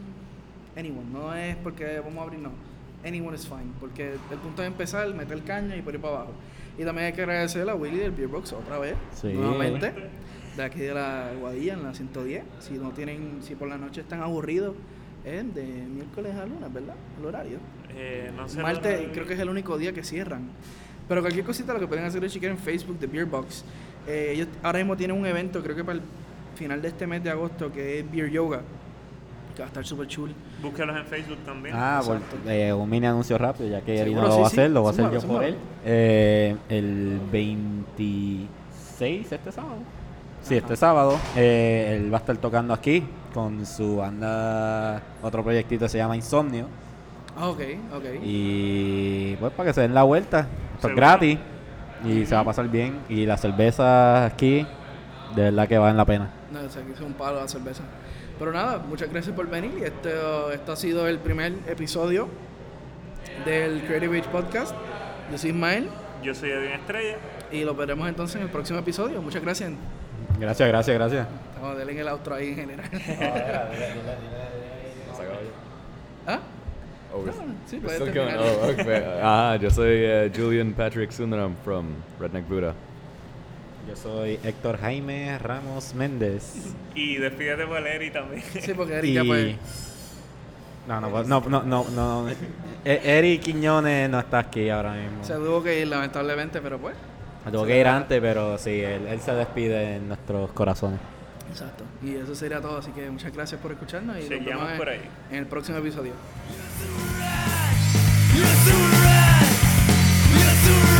[SPEAKER 1] anyone. No es porque vamos a abrir, no. Anyone is fine. Porque el punto es empezar, meter caña y por ir para abajo. Y también hay que agradecer a Willy del Beer Box otra vez,
[SPEAKER 2] Sí.
[SPEAKER 1] nuevamente, de aquí de la Guadilla, en la 110. Si no tienen, si por la noche están aburridos, es de miércoles a lunes, ¿verdad? El horario.
[SPEAKER 5] Eh, no sé
[SPEAKER 1] Marte
[SPEAKER 5] lo-
[SPEAKER 1] creo que es el único día que cierran. Pero cualquier cosita lo que pueden hacer es chequear en Facebook de Beer Box. Eh, ellos ahora mismo tienen un evento, creo que para el final de este mes de agosto, que es Beer Yoga. Que va a estar súper chulo.
[SPEAKER 5] Búscalos en Facebook también.
[SPEAKER 2] Ah, por-
[SPEAKER 1] Exacto.
[SPEAKER 2] eh, un mini anuncio rápido, ya que él no
[SPEAKER 1] Seguro,
[SPEAKER 2] lo
[SPEAKER 1] sí,
[SPEAKER 2] va a
[SPEAKER 1] sí.
[SPEAKER 2] hacer, lo voy a hacer
[SPEAKER 1] Súmalo,
[SPEAKER 2] yo por
[SPEAKER 1] súmalo.
[SPEAKER 2] él. Eh, el 26, este sábado. Sí, este sábado. eh, él va a estar tocando aquí con su banda, otro proyectito se llama Insomnio.
[SPEAKER 1] Ah, ok, ok.
[SPEAKER 2] Y pues para que se den la vuelta, esto es
[SPEAKER 5] Seguro.
[SPEAKER 2] gratis y se va a pasar bien. Y las cervezas aquí, de verdad que valen la pena.
[SPEAKER 1] No, o sea, que es un palo la cerveza. Pero nada, muchas gracias por venir. Y Este, uh, este ha sido el primer episodio del Creative Age Podcast. Yo soy Ismael
[SPEAKER 5] Yo soy Edwin Estrella.
[SPEAKER 1] y lo veremos entonces en el próximo episodio. Muchas gracias.
[SPEAKER 2] Gracias, gracias, gracias.
[SPEAKER 1] Vamos a darle en el outro ahí en general. ¿Ah?
[SPEAKER 4] Oh, we're-
[SPEAKER 1] No, sí,
[SPEAKER 4] we're
[SPEAKER 1] puede
[SPEAKER 4] still
[SPEAKER 1] terminar.
[SPEAKER 4] going. Oh, okay. Ah, yo soy eh, Julian Patrick Sundaram from Redneck Buddha.
[SPEAKER 2] Yo soy Héctor Jaime Ramos Méndez.
[SPEAKER 5] Y despídete por Eri también.
[SPEAKER 1] Sí, porque
[SPEAKER 2] Y...
[SPEAKER 1] Erika, pues.
[SPEAKER 2] No, no, pues, no, no, no, no. E- Eric Quiñones no está aquí ahora mismo.
[SPEAKER 1] Se tuvo que ir, lamentablemente, pero pues.
[SPEAKER 2] Me tuvo que ir antes, pero sí, él, él se despide en nuestros corazones.
[SPEAKER 1] Exacto. Y eso sería todo. Así que muchas gracias por escucharnos y nos
[SPEAKER 5] Seguimos
[SPEAKER 1] vemos en-
[SPEAKER 5] por ahí.
[SPEAKER 1] en el próximo episodio.
[SPEAKER 7] You're so right. You're so